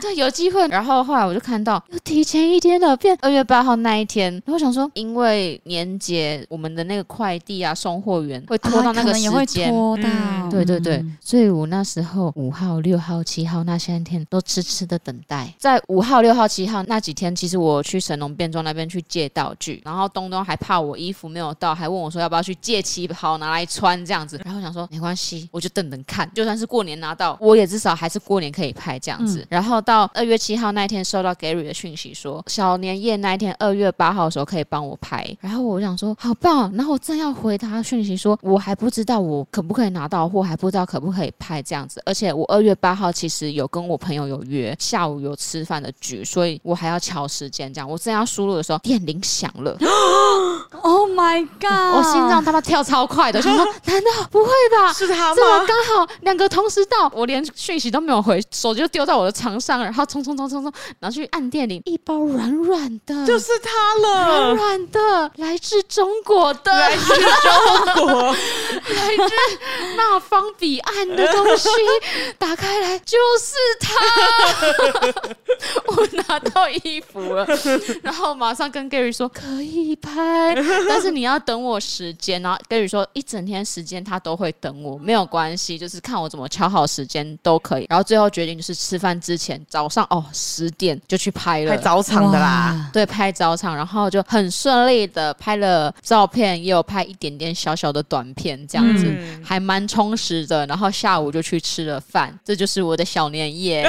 对，有机会。然后后来我就看到又提前一天了，变二月八号那一天。然后我想说，因为年节，我们的那个快递啊，送货员会拖到那
啊可
个
能也
时
会
间。
拖到
嗯，
对对对
嗯，
所以我那时候五号、六号、七号那三天都吃时的等待。在五号、六号、七号那几天，其实我去神农变装那边去借道具，然后东东还怕我衣服没有到，还问我说要不要去借旗袍拿来穿这样子。然后我想说没关系，我就等等看，就算是过年拿到，我也至少还是过年可以拍这样子。然后到二月七号那一天，收到 Gary 的讯息说小年夜那一天，二月八号的时候可以帮我拍。然后我想说好棒，然后我正要回他讯息说我还不知道我可不可以拿到货，还不知道可不可以拍这样子。而且我二月八号其实有跟我朋友有约，下午有吃饭的局，所以我还要瞧时间这样。我正要输入的时候，电铃响了。
Oh my god！
我心脏他妈跳超快的，我想说难道不会吧？
是他
这么
吗？
刚好两个同时到，我连讯息都没有回，手就丢在我的床上，然后冲冲冲冲冲，然后去按电铃，一包软软的，
就是啊他
软
了，
软的，来自中国的，来自
中国，
那方彼岸的东西，打开来就是它。 我拿到衣服了，然后马上跟 Gary 说可以拍，但是你要等我时间。然后 Gary 说一整天时间他都会等我，没有关系，就是看我怎么敲好时间都可以。然后最后决定就是吃饭之前早上哦十点就去拍了，
太早场的啦。
哇，
对，拍早场，然后就很顺利的拍了照片，也有拍一点点小小的短片，这样子、
嗯
还蛮充实的。然后下午就去吃了饭，这就是我的小年 夜。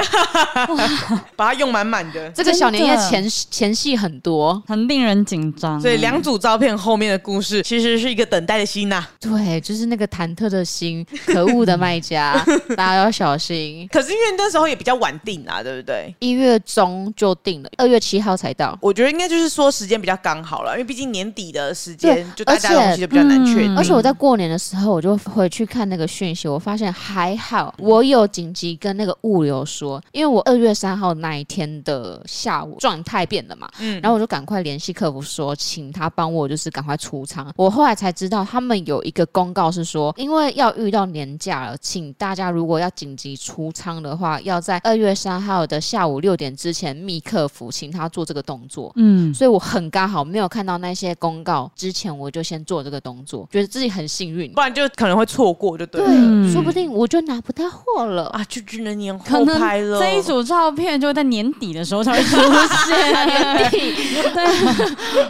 把它用满满的。
这个小年
真
夜
的
前前戏很多，
很令人紧张。欸
所以两组照片后面的故事其实是一个等待的心呐、
对，就是那个忐忑的心，可恶的卖 家，大家要小心。
可是因为那时候也比较晚定啦，对不对？
一月中就定了，二月七号才到。
我觉得应该就是说时间比较刚好了，因为毕竟年底的时间
对
就大家东西就比较难
嗯
确定。
而且我在过年的时候，我就回去看那个讯息，我发现还好，我有紧急跟那个物流说，因为我二月三号那一天的下午状态变了嘛，
嗯
然后我就赶快联系客服说，请他帮我就是赶快出仓。我后来才知道，他们有一个公告是说，因为要遇到年假了，请大家如果要紧急出仓的话，要在二月三号的下午六点之前密客服，请他做这个动作。
嗯，
所以我很刚好没有看到那些公告之前，我就先做这个动作，觉得自己很幸运
不。然就可能会错过，就对
对
了。，
嗯
说不定我就拿不到货了。
啊，就只能年
可
后
能
拍了。
这一组照片就会在年底的时候才会出 现。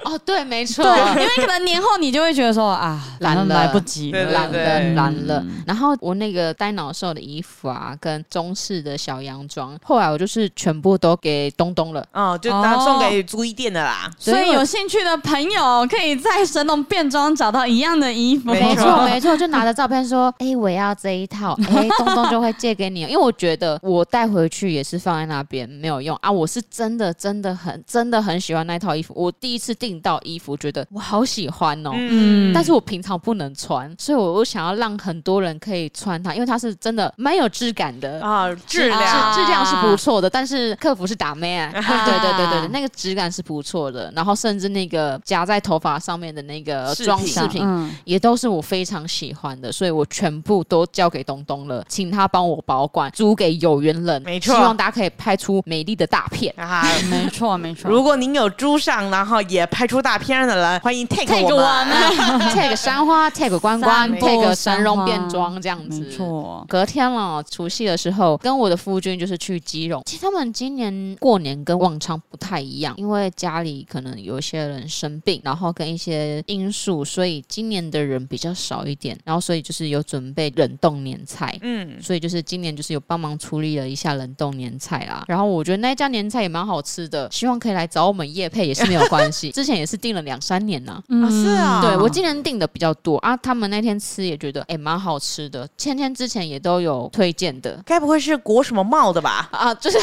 哦，对，没错，
对，因为可能年后你就会觉得说啊，
懒
反正
了
来不及
对
了。
对
懒了
对
懒了。然后我那个呆脑兽的衣服啊，跟中式的小洋装，后来我就是全部都给东东了。
嗯，就当
哦
送给租衣店的啦。
所以有兴趣的朋友可以在神农变装找到一样的衣服。
没
没
错
错，没错，就拿着照片说：“哎、我要这一套。哎，东东就会借给你，因为我觉得我带回去也是放在那边没有用啊。我是真的真的很真的很喜欢那套衣服，我第一次订到衣服，觉得我好喜欢哦。
嗯，
但是我平常不能穿，所以我我想要让很多人可以穿它，因为它是真的蛮有质感的。
啊，质量、
啊
质质哦量是不错的，但是客服是打妹啊，
啊
对对对对对，那个质感是不错的，然后甚至那个夹在头发上面的那个
饰
装
品
饰品，
嗯
也都是我非常喜欢的，所以我全部都交给东东了，请他帮我保管，租给有缘人，
没错
希望大家可以拍出美丽的大片。
啊。
没错没错。
如果您有租上，然后也拍出大片的人，欢迎 take 我们。
啊
tag 山花，tag 关关
散步
，tag
山
神容
花
变装这样子。
没
啊
错，
隔天了，除夕的时候，跟我的夫君就是去基隆。其实他们今年过年跟往常不太一样，因为家里可能有一些人生病，然后跟一些因素，所以今年的人比较少一点。然后所以就是有准备冷冻年菜，
嗯，
所以就是今年就是有帮忙处理了一下冷冻年菜啦。然后我觉得那一家年菜也蛮好吃的，希望可以来找我们叶配也是没有关 系。之前也是订了两三年呢、
嗯
啊是啊
对我今年订的比较多啊，他们那天吃也觉得哎蛮、好吃的，芊芊之前也都有推荐的。
该不会是国什么帽的 吧？
啊， 就是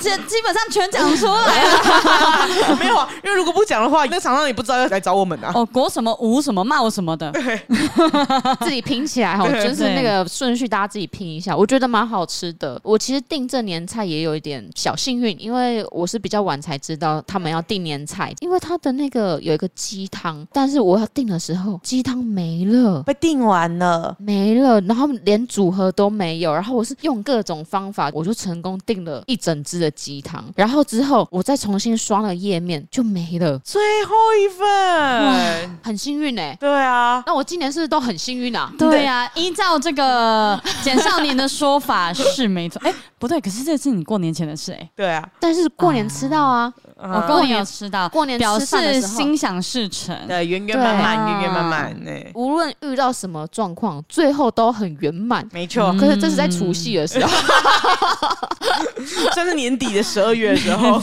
这 基本上全讲出来啊了。
没有啊，因为如果不讲的话，那厂商也不知道要来找我们啊。
哦，国什么吴什么茂什么的，
自己拼起来哈，
对
就是那个顺序，大家自己拼一下，我觉得蛮好吃的。我其实订这年菜也有一点小幸运，因为我是比较晚才知道他们要订年菜，因为它的那个有一个鸡汤，但是我要订的时候鸡汤没了。
被定完了，
没了，然后连组合都没有，然后我是用各种方法，我就成功订了一整只的鸡汤，然后之后我再重新刷了页面，就没了，
最后一份，
很幸运哎、
对啊，
那我今年是不是都很幸运啊？
对呀、依照这个简少年的说法是没 错。哎、不对，可是这是你过年前的事哎、
对啊，
但是过年吃到啊，
我
嗯
过年有吃到，
过年
表
吃饭的
示
时候
心想事成。
对，圆圆满
对嗯
满，
啊
圆圆满满，哎，
无论遇到什么状况，最后都很圆满。
没错，
可是这是在除夕的时候，
算是年底的十二月的 时候，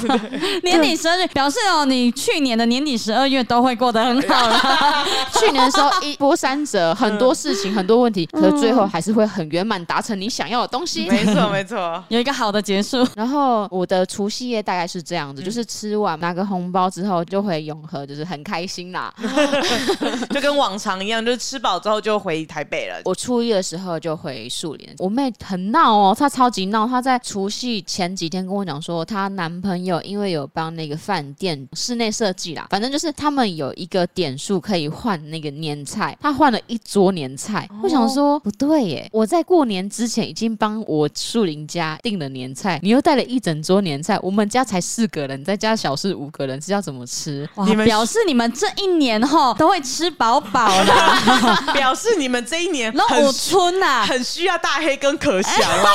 年底十二月表示哦，你去年的年底十二月都会过得很好
啊
啦。
去年的时候一波三折，很多事情、很多问题，可是最后还是会很圆满达成你想要的东西。
没错没错，
有一个好的结束，
然后我的除夕夜大概是这样子，就是吃完拿个红包之后就回永和，就是很开心啦。
就跟往常一样，就是吃饱之后就回台北了。
我初一的时候就回树林，我妹很闹哦，她超级闹。她在除夕前几天跟我讲说，她男朋友因为有帮那个饭店室内设计啦，反正就是他们有一个点数可以换那个年菜，她换了一桌年菜。我想说不对耶，我在过年之前已经帮我树林家订了年菜，你又带了一整桌年菜，我们家才四个人，再加小四五个人，是要怎么吃？
哇
你们
表示你们这一年吼都会吃饱饱 的，
表示你们这一年
然后
很
我春呐、
很需要大黑跟可啊翔啦，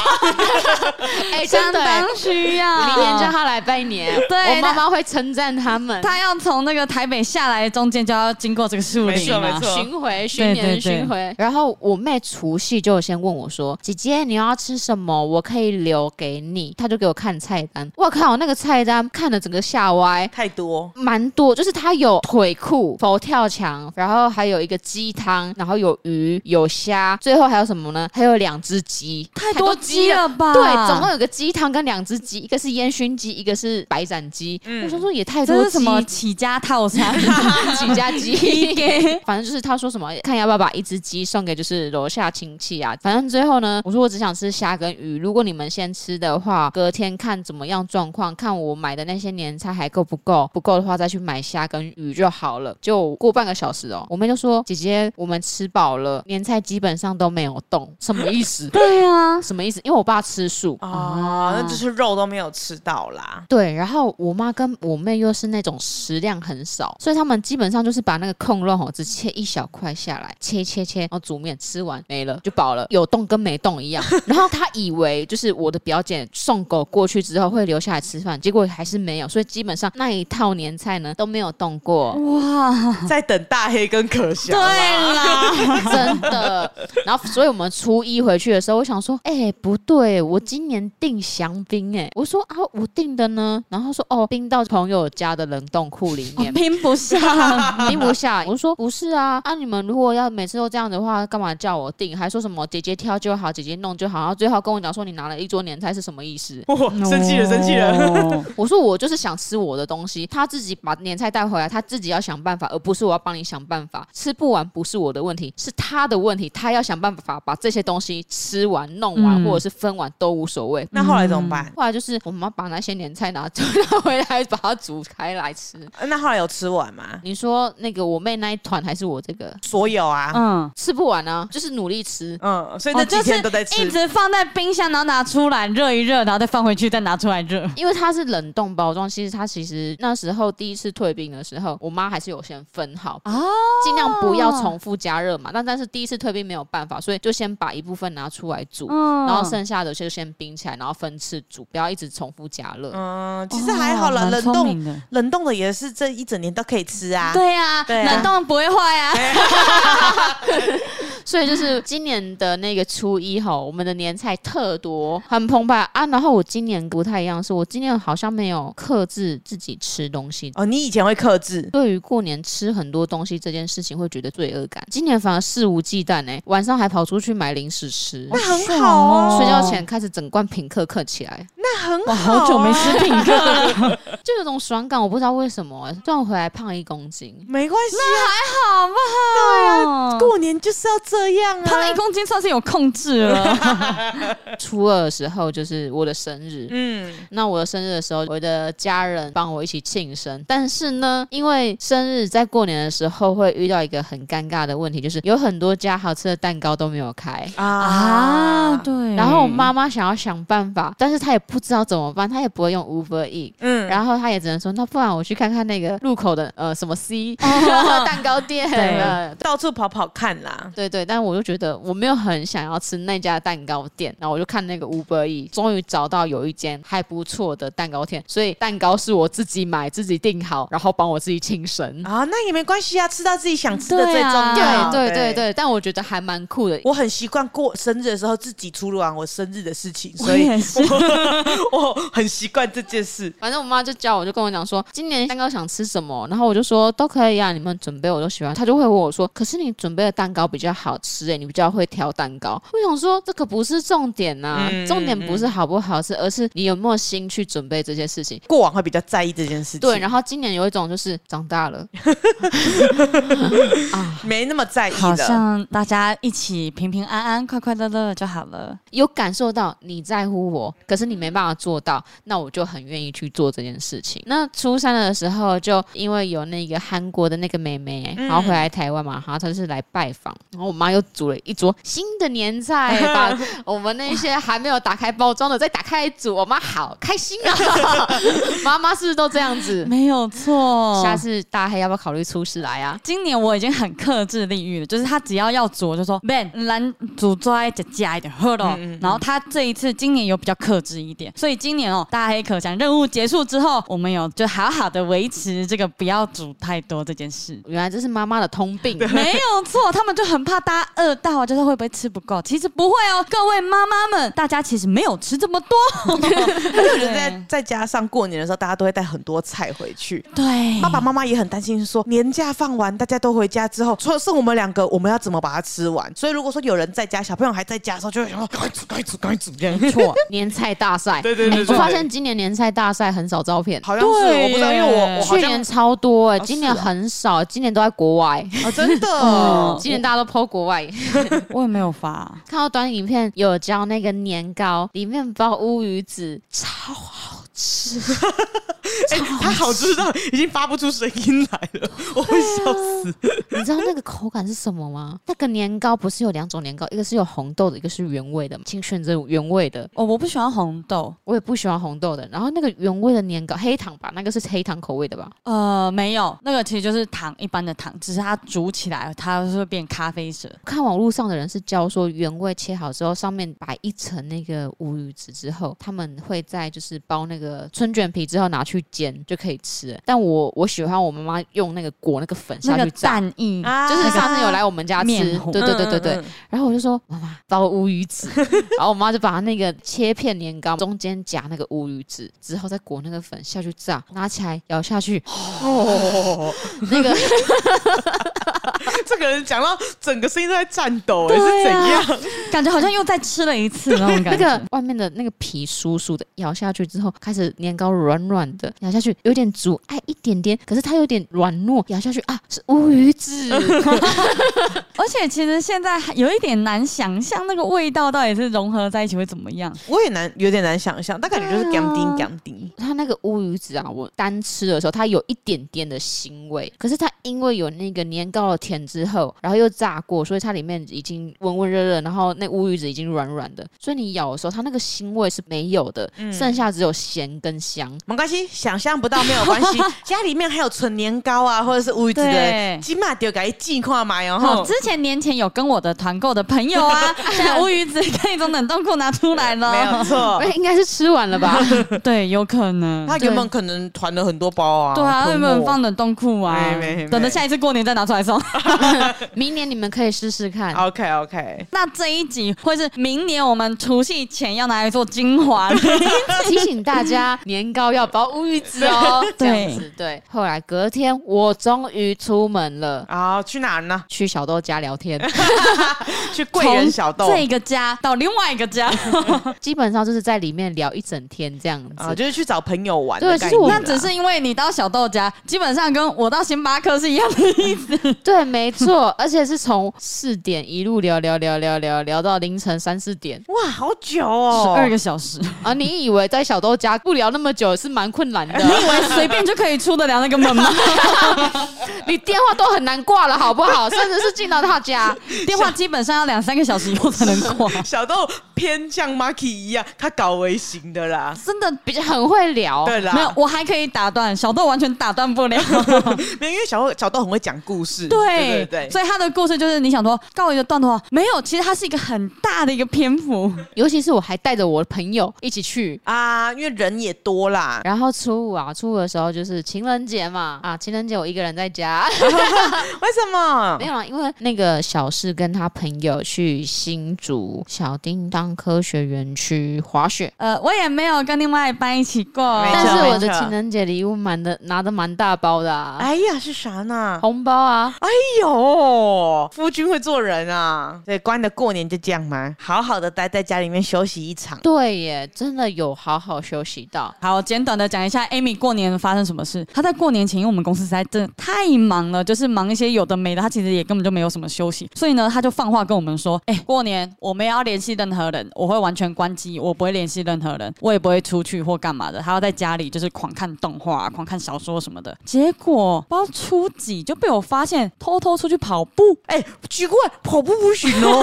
哎、
相
真的耶。
当需要。
明年叫他来拜 年，
对
我妈妈会称赞他们。
他要从那个台北下来，中间就要经过这个树
没
林啊
错
嘛。
没错
巡回巡
对对
年
对
巡回。然后我妹除夕就先问我说：“姐姐，你要吃什么？我可以留给你。”她就给我看菜单，我靠，那个菜单看了整个吓歪。
太多。
蛮多，就是它有腿裤、佛跳墙，然后还有一个鸡汤，然后有鱼、有虾，最后还有什么呢？还有两只鸡，
太多鸡了吧？
对，总共有个鸡汤跟两只鸡，一个是烟熏鸡，一个是白斩鸡。我想说也太多
嗯这
鸡，
是什么起家套 餐？？
几家鸡，反正就是他说什么，看要不要把一只鸡送给就是楼下亲戚啊。反正最后呢，我说我只想吃虾跟鱼，如果你们先吃的话，隔天看怎么样状况，看我买的那些年菜还够不够，不够的话再去买虾跟鱼就好了。就过半个小时哦，我妹就说姐姐，我们吃饱了，年菜基本上都没有动，什么意思
对啊，
什么意思？因为我爸吃素。
啊，那就是肉都没有吃到 啦。
对，然后我妈跟我妹又是那种食量很少，所以他们基本上就是把那个控肉吼只切一小块下来，切切切，然后煮面吃完没了就饱了，有动跟没动一样。然后她以为就是我的表姐送狗过去之后会留下来吃饭，结果还是没有，所以基本上那一套年菜呢都没有动过，
哇，
在等大黑跟可啊
对
翔啦。
啦，
真的。然后所以我们初一回去的时候，我想说，哎、不对，我今年订香槟，哎，我说啊，我订的呢，然后她说哦，冰到朋友家的冷冻库里面。
拼不上。
拎不下。我说不是啊，啊你们如果要每次都这样的话，干嘛叫我订？还说什么姐姐挑就好，姐姐弄就好，然后最后跟我讲说你拿了一桌年菜是什么意思？
哇， 生气了，生气了。
了。
我说我就是想吃我的东西，他自己把年菜带回来，他自己要想办法，而不是我要帮你想办法。吃不完不是我的问题，是他的问题，他要想办法把这些东西吃完、弄完、
嗯
或者是分完都无所谓。
那后来怎么办？
后来就是我妈把那些年菜拿 拿回来，把它煮开来吃。
嗯
呃那后来有吃完吗？
你说那个我妹那一团还是我这个？
所有啊，
嗯，
吃不完啊，就是努力吃。
嗯，所以那
哦
几天都在
一
吃。
直放在冰箱，然后拿出来热一热，然后再放回去，再拿出来热。
因为它是冷冻包装，其实它其实那时候第一次退冰的时候，我妈还是有先分好，
哦，
尽量不要重复加热嘛。那但是第一次退冰没有办法，所以就先把一部分拿出来煮，
嗯
然后剩下的就先冰起来，然后分次煮，不要一直重复加热。
嗯，其实还好啦，
哦
冷。
蛮聪
冻
明的
冷冻的也是这一整年都可以吃啊。
对啊，
对啊
冷冻不会坏啊。
所以就是今年的那个初一吼，我们的年菜特多，很澎湃啊。然后我今年不太一样，是我今年好像没有克制自己吃东西，
哦，你以前会克制，
对于过年吃很多东西这件事情会觉得罪恶感，今年反而肆无忌惮哎、晚上还跑出去买零食吃，
那很好哦，
睡觉前开始整罐品客客起来，
那很
哇，
好啊
好久没吃品客了。
就有种爽感，我不知道为什么、欸，虽然我回来胖一公斤。
没关系啊，
好不好？
过年就是要这样啊。
胖一公斤算是有控制 了。
初二的时候就是我的生日。
嗯，
那我的生日的时候，我的家人帮我一起庆生。但是呢，因为生日在过年的时候会遇到一个很尴尬的问题，就是有很多家好吃的蛋糕都没有开。
啊，对。
然后我妈妈想要想办法，但是她也不知道怎么办，她也不会用 Uber E，、
嗯
然后他也只能说，那不然我去看看那个路口的 呃什么 C
哦
蛋糕店。
对
呃
到处跑跑看啦。
对对，但我就觉得我没有很想要吃那家蛋糕店，然后我就看那个 Uber E，终于找到有一间还不错的蛋糕店，所以蛋糕是我自己买、自己订好，然后帮我自己庆生。
啊，那也没关系啊，吃到自己想吃的最重
对啊
要。
对对对对，但我觉得还蛮酷的。
我很习惯过生日的时候自己出完我生日的 事情，
我
所以
也是，
我很习惯这件事。
反正我妈就叫我，就跟我讲说，今年蛋糕想吃什么，然后我就说都可以啊，你们准备我都喜欢。她就会问我说，可是你准备的蛋糕比较好吃诶、欸你比较会挑蛋糕。我想说这个不是重点呐、
嗯
重点不是好不好吃，而是你有没有心去准备这些事情。
过往会比较在意这件事情，
对，然后今年有一种就是长大了啊，
没那么在意
好
的。
像大家一起平平安安、快快乐乐就好了。
有感受到你在乎我，可是你没办法做到，那我就很愿意去做这件事情。那初三的时候，就因为有那个韩国的那个妹妹，
嗯
然后回来台湾嘛，然后她就是来拜访，然后我妈又煮了一桌新的年菜， 把我们那些还没有打开包装的再打开来煮，我妈好开心 啊！妈妈是不是都这样子？
没有错，
下次大黑要不要考虑出事来啊？。
今年我已经很克制利欲了，就是他只要要煮，我就说 Ben 咱煮抓一点加一点喝了。然后他这一次今年有比较克制一点，所以今年哦，大黑可想任务结束之后，我们有就好好的维持这个不要煮太多这件事
原来这是妈妈的通病。
没有错，他们就很怕大家饿到啊，就是会不会吃不够？其实不会哦，各位妈妈们，大家其实没有吃这么多。
而且我觉得再再加上过年的时候，大家都会带很多菜回去。
对，
爸爸妈妈也很担心，说年假放完，大家都回家之后，除了剩我们两个，我们要怎么把它吃完？所以如果说有人在家，小朋友还在家的时候，就会想说赶快煮，赶快煮，赶快煮这样。
错，年菜大赛。
对对对
哎
对
我发现今年年菜大赛很少照片。
好像是
对
我不知道，因
耶
为我我好
去
像
年超多哎、
哦
今年
是啊
很少，今年都在国外。
哦真的
嗯
今年大家都抛国外，
我也没有发、啊
看到短影片有教那个年糕里面包乌鱼子，超好吃。
哎、他好知道已经发不出声音来了，我会笑死。
啊你知道那个口感是什么吗？那个年糕不是有两种年糕，一个是有红豆的，一个是原味的，请选择原味的。
哦，我不喜欢红豆，
我也不喜欢红豆的。然后那个原味的年糕，黑糖吧，那个是黑糖口味的吧？
呃，没有，那个其实就是糖一般的糖，只是它煮起来它是会变咖啡色。
看网络上的人是教说，原味切好之后，上面摆一层那个乌鱼子之后，他们会在就是包那个春卷皮之后拿去煎就可以吃了。但我我喜欢我妈妈用那个裹那个粉下
那个
去炸。
蛋液，
啊
就是上次有来我们家吃，
面糊
对对对对对，
嗯嗯嗯
然后我就说妈妈包乌鱼子，然后我妈就把那个切片年糕中间夹那个乌鱼子，之后再裹那个粉下去炸，拿起来咬下去，
哦，
那个
这个人讲到整个声音都在颤抖、哎、是
对
怎
啊
样？
感觉好像又再吃了一次 那种
那
感觉。
个外面的那个皮酥酥的，咬下去之后开始年糕软软的，咬下去有点阻碍一点点，可是它有点软糯，咬下去啊是乌鱼子，
而且其实现在还有一点难想象那个味道到底是融合在一起会怎么样。
我也难，有点难想象，但感觉就是
对啊
gam 丁 gam 丁。
它那个乌鱼子啊，我单吃的时候它有一点点的腥味，可啊是它因为有那个年糕的甜之后，然后又炸过，所以它里面已经温温热热，然后那乌鱼子已经软软的，所以你咬的时候它那个腥味是没有的，
嗯
剩下只有咸跟香。
没关系，想象不到没有关 系。家里面还有纯年糕啊，或者是乌鱼子的
对，
起码得给寄哦块嘛，然
好，
后
之前年前有跟我的团购的朋友啊， 现在乌鱼子可以从冷冻库拿出来
没有
了。
错
哎。，应该是吃完 了吧？
嗯对，有可能。
他原本可能团了很多包啊，
对啊，
囤
原
货
本放冷冻库啊
没没没，
等着下一次过年再拿出来送。
明年你们可以试试
哦
看。
OK OK，
那这一集会是明年我们除夕前要拿来做精华的。
提醒 大家，年糕要包乌鱼子哦。这
对
样子对。后来隔天，我终于出门了，
啊，去哪儿呢？
去小豆家聊 天。
去 贵人小豆
从这个家到另外一个 家，
基本上就是在里面聊一整天这样子。
啊，就是去找朋友玩的
对
概念啊。
其实我
那只是因为你到小豆家，基本上跟我到星巴克是一样的意思。
对，没没错， 而且是从四点一路聊聊聊聊聊聊到凌晨三四点
哇，好久
十
哦，
二个小时，
啊！你以为在小豆家不聊那么久是蛮困难的？
啊
你以为随便就可以出得了那个门吗？
你电话都很难挂了，好不好？甚至是进到他家，
电话基本上要两三个小时以后才能 挂，
小豆偏像 Marky 一样，他搞微型的啦。
真的。
比较很会聊。
对啦，
哦没有，我还可以打断，小豆完全打断不了。
没有，因为小豆小豆很会讲故事，
对
对对对，
所以他的故事就是你想说告一个段落，没有，其实它是一个很大的一个篇幅。
尤其是我还带着我的朋友一起去。
啊，因为人也 多啦，
然后初五啊，初五的时候就是情人节嘛，
嗯
啊，情人节我一个人在家，
为什
啊
么
没？有啊啦，因为那个小四跟他朋友去新竹小叮当科学园区滑雪，
呃，我也没有跟另外一班一起过，
没错
但是我
没
的
错
情人节礼物蛮的拿的蛮大包的、啊，
哎呀，是啥呢？
哦
红包啊，
哎呦，夫君会做人啊！对，关的过年就这样吗？好好的待在家里面休息一场。
对耶，真的有好好休息到。
好，简短的讲一下 Amy 过年发生什么事。她在过年前，因为我们公司实在真的太忙了，就是忙一些有的没的，她其实也根本就没有什么休息，所以呢，她就放话跟我们说：“哎、过年我没有要联系任何人，我会完全关机，我不会联系任何人，我也不会出去或干嘛的。她要在家里就是狂看动画、狂看小说什么的。”结果不知道初几就被我发现偷偷出去跑步，
哎、奇怪，跑步不行哦。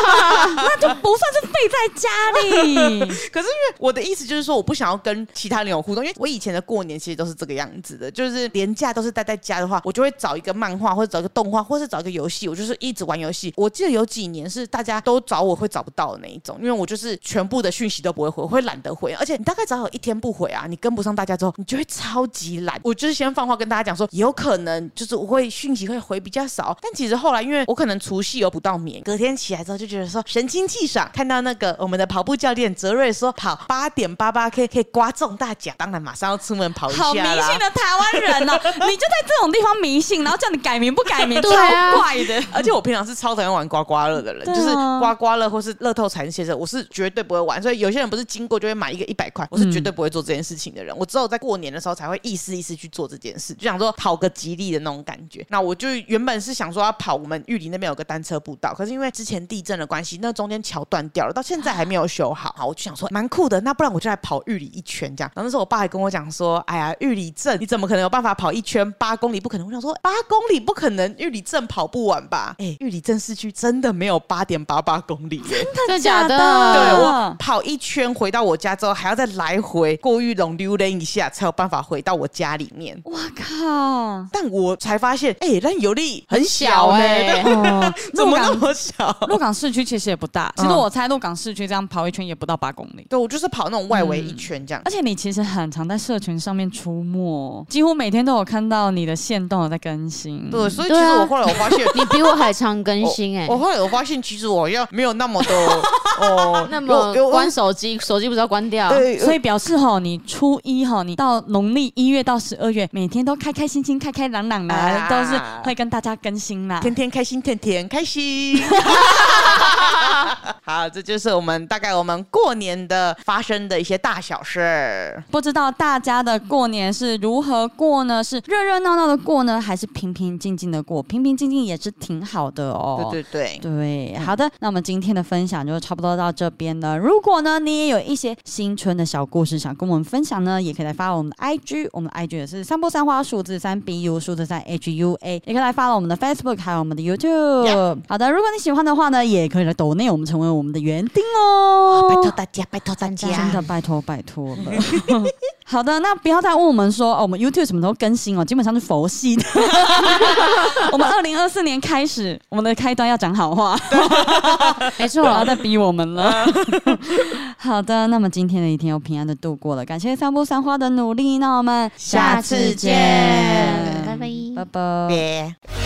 那就不算是废在家里。
可是因为我的意思就是说，我不想要跟其他人有互动，因为我以前的过年其实都是这个样子的，就是连假都是待在家的话，我就会找一个漫画或者找一个动画，或是找一个游戏，我就是一直玩游戏。我记得有几年是大家都找我会找不到的那一种，因为我就是全部的讯息都不会回，我会懒得回，而且你大概找有一天不回啊，你跟不上大家之后，你就会超级懒。我就是先放话跟大家讲说，有可能就是我会讯息会回比较少，但其实后来因为我可能除夕有补到眠，隔天起来之后就觉得说神清气爽，看到那个我们的跑步教练泽瑞说跑八点八八 K 可以刮中大奖，当然马上要出门跑一
好迷
下
信
啦。
的台湾人哦、你就在这种地方迷信，然后叫你改名不改名，
对啊
超怪的。
而且我平常是超讨厌玩刮刮乐的人，
对啊
就是刮刮乐或是乐透彩这些，我是绝对不会玩。所以有些人不是经过就会买一个一百块，我是绝对不会做这件事情的人。我只有在过年的时候才会意思意思去做这件事，就想说讨个吉利的那种感觉。那我就原本是想说要跑我们玉林那边有个单车步道，可是因为之前地震的关系，那中间桥断掉了，到现在还没有修好。好，我就想说蛮酷的，那不然我就来跑玉里一圈这样。然后那时候我爸还跟我讲说，哎呀，玉里镇你怎么可能有办法跑一圈八公里？不可能。我想说八公里不可能，玉里镇跑不完吧？哎、玉里镇市区真的没有八点八八公里耶。
真的假的？
对
对
我跑一圈回到我家之后，还要再来回过玉龙溜达一下，才有办法回到我家里面。
我靠！
但我才发现，哎、那油力很
小
小呢、
欸
对
哦，
怎
鹿
么那
港
么小？
鹿港市区其实也不大，其实我猜鹿港市区这样跑一圈也不到八公里。
对，我就是跑那种外围一圈这嗯样。
而且你其实很常在社群上面出没，几乎每天都有看到你的线动有在更新。
对，所以其实
对啊
我后来我发现，
你比我还常更新哎、
我后来我发现，其实我好像没有那么的 哦，
那
有有
么关手机，手机不是要关掉？
对，
所
以呃
以表示吼，你初一吼，你到农历一月到十二月，每天都开开心心、开开朗朗啦，
啊
都是会跟大家更新啦。
天天开心，天天开 心。好，这就是我们大概我们过年的发生的一些大小事儿。
不知道大家的过年是如何过呢？是热热闹闹的过呢，还是平平静静的过？平平静静也是挺好的哦。
对对对，
对，好的，那我们今天的分享就差不多到这边了。如果呢，你也有一些新春的小故事想跟我们分享呢，也可以来发我们的 IG，我们的 IG 也是三波三花数字三 B U 数字三 H U A，也可以来发我们的 Facebook，还有我们的 YouTube。好的，如果你喜欢的话呢，也可以来抖内我们成为我们的园丁哦。
拜托大家，拜托大
真
家
的。拜托拜托了。好的，那不要再问我们说哦，我们 YouTube 什么时候更新哦，基本上是佛系的。我们二零二四年开始，我们的开端要讲好话，
没
不
错，
要再逼我们了。 好的，那么今天的一天又平安的度过了，感谢三步三花的努力，那我们
下次见
拜拜
拜拜。
别。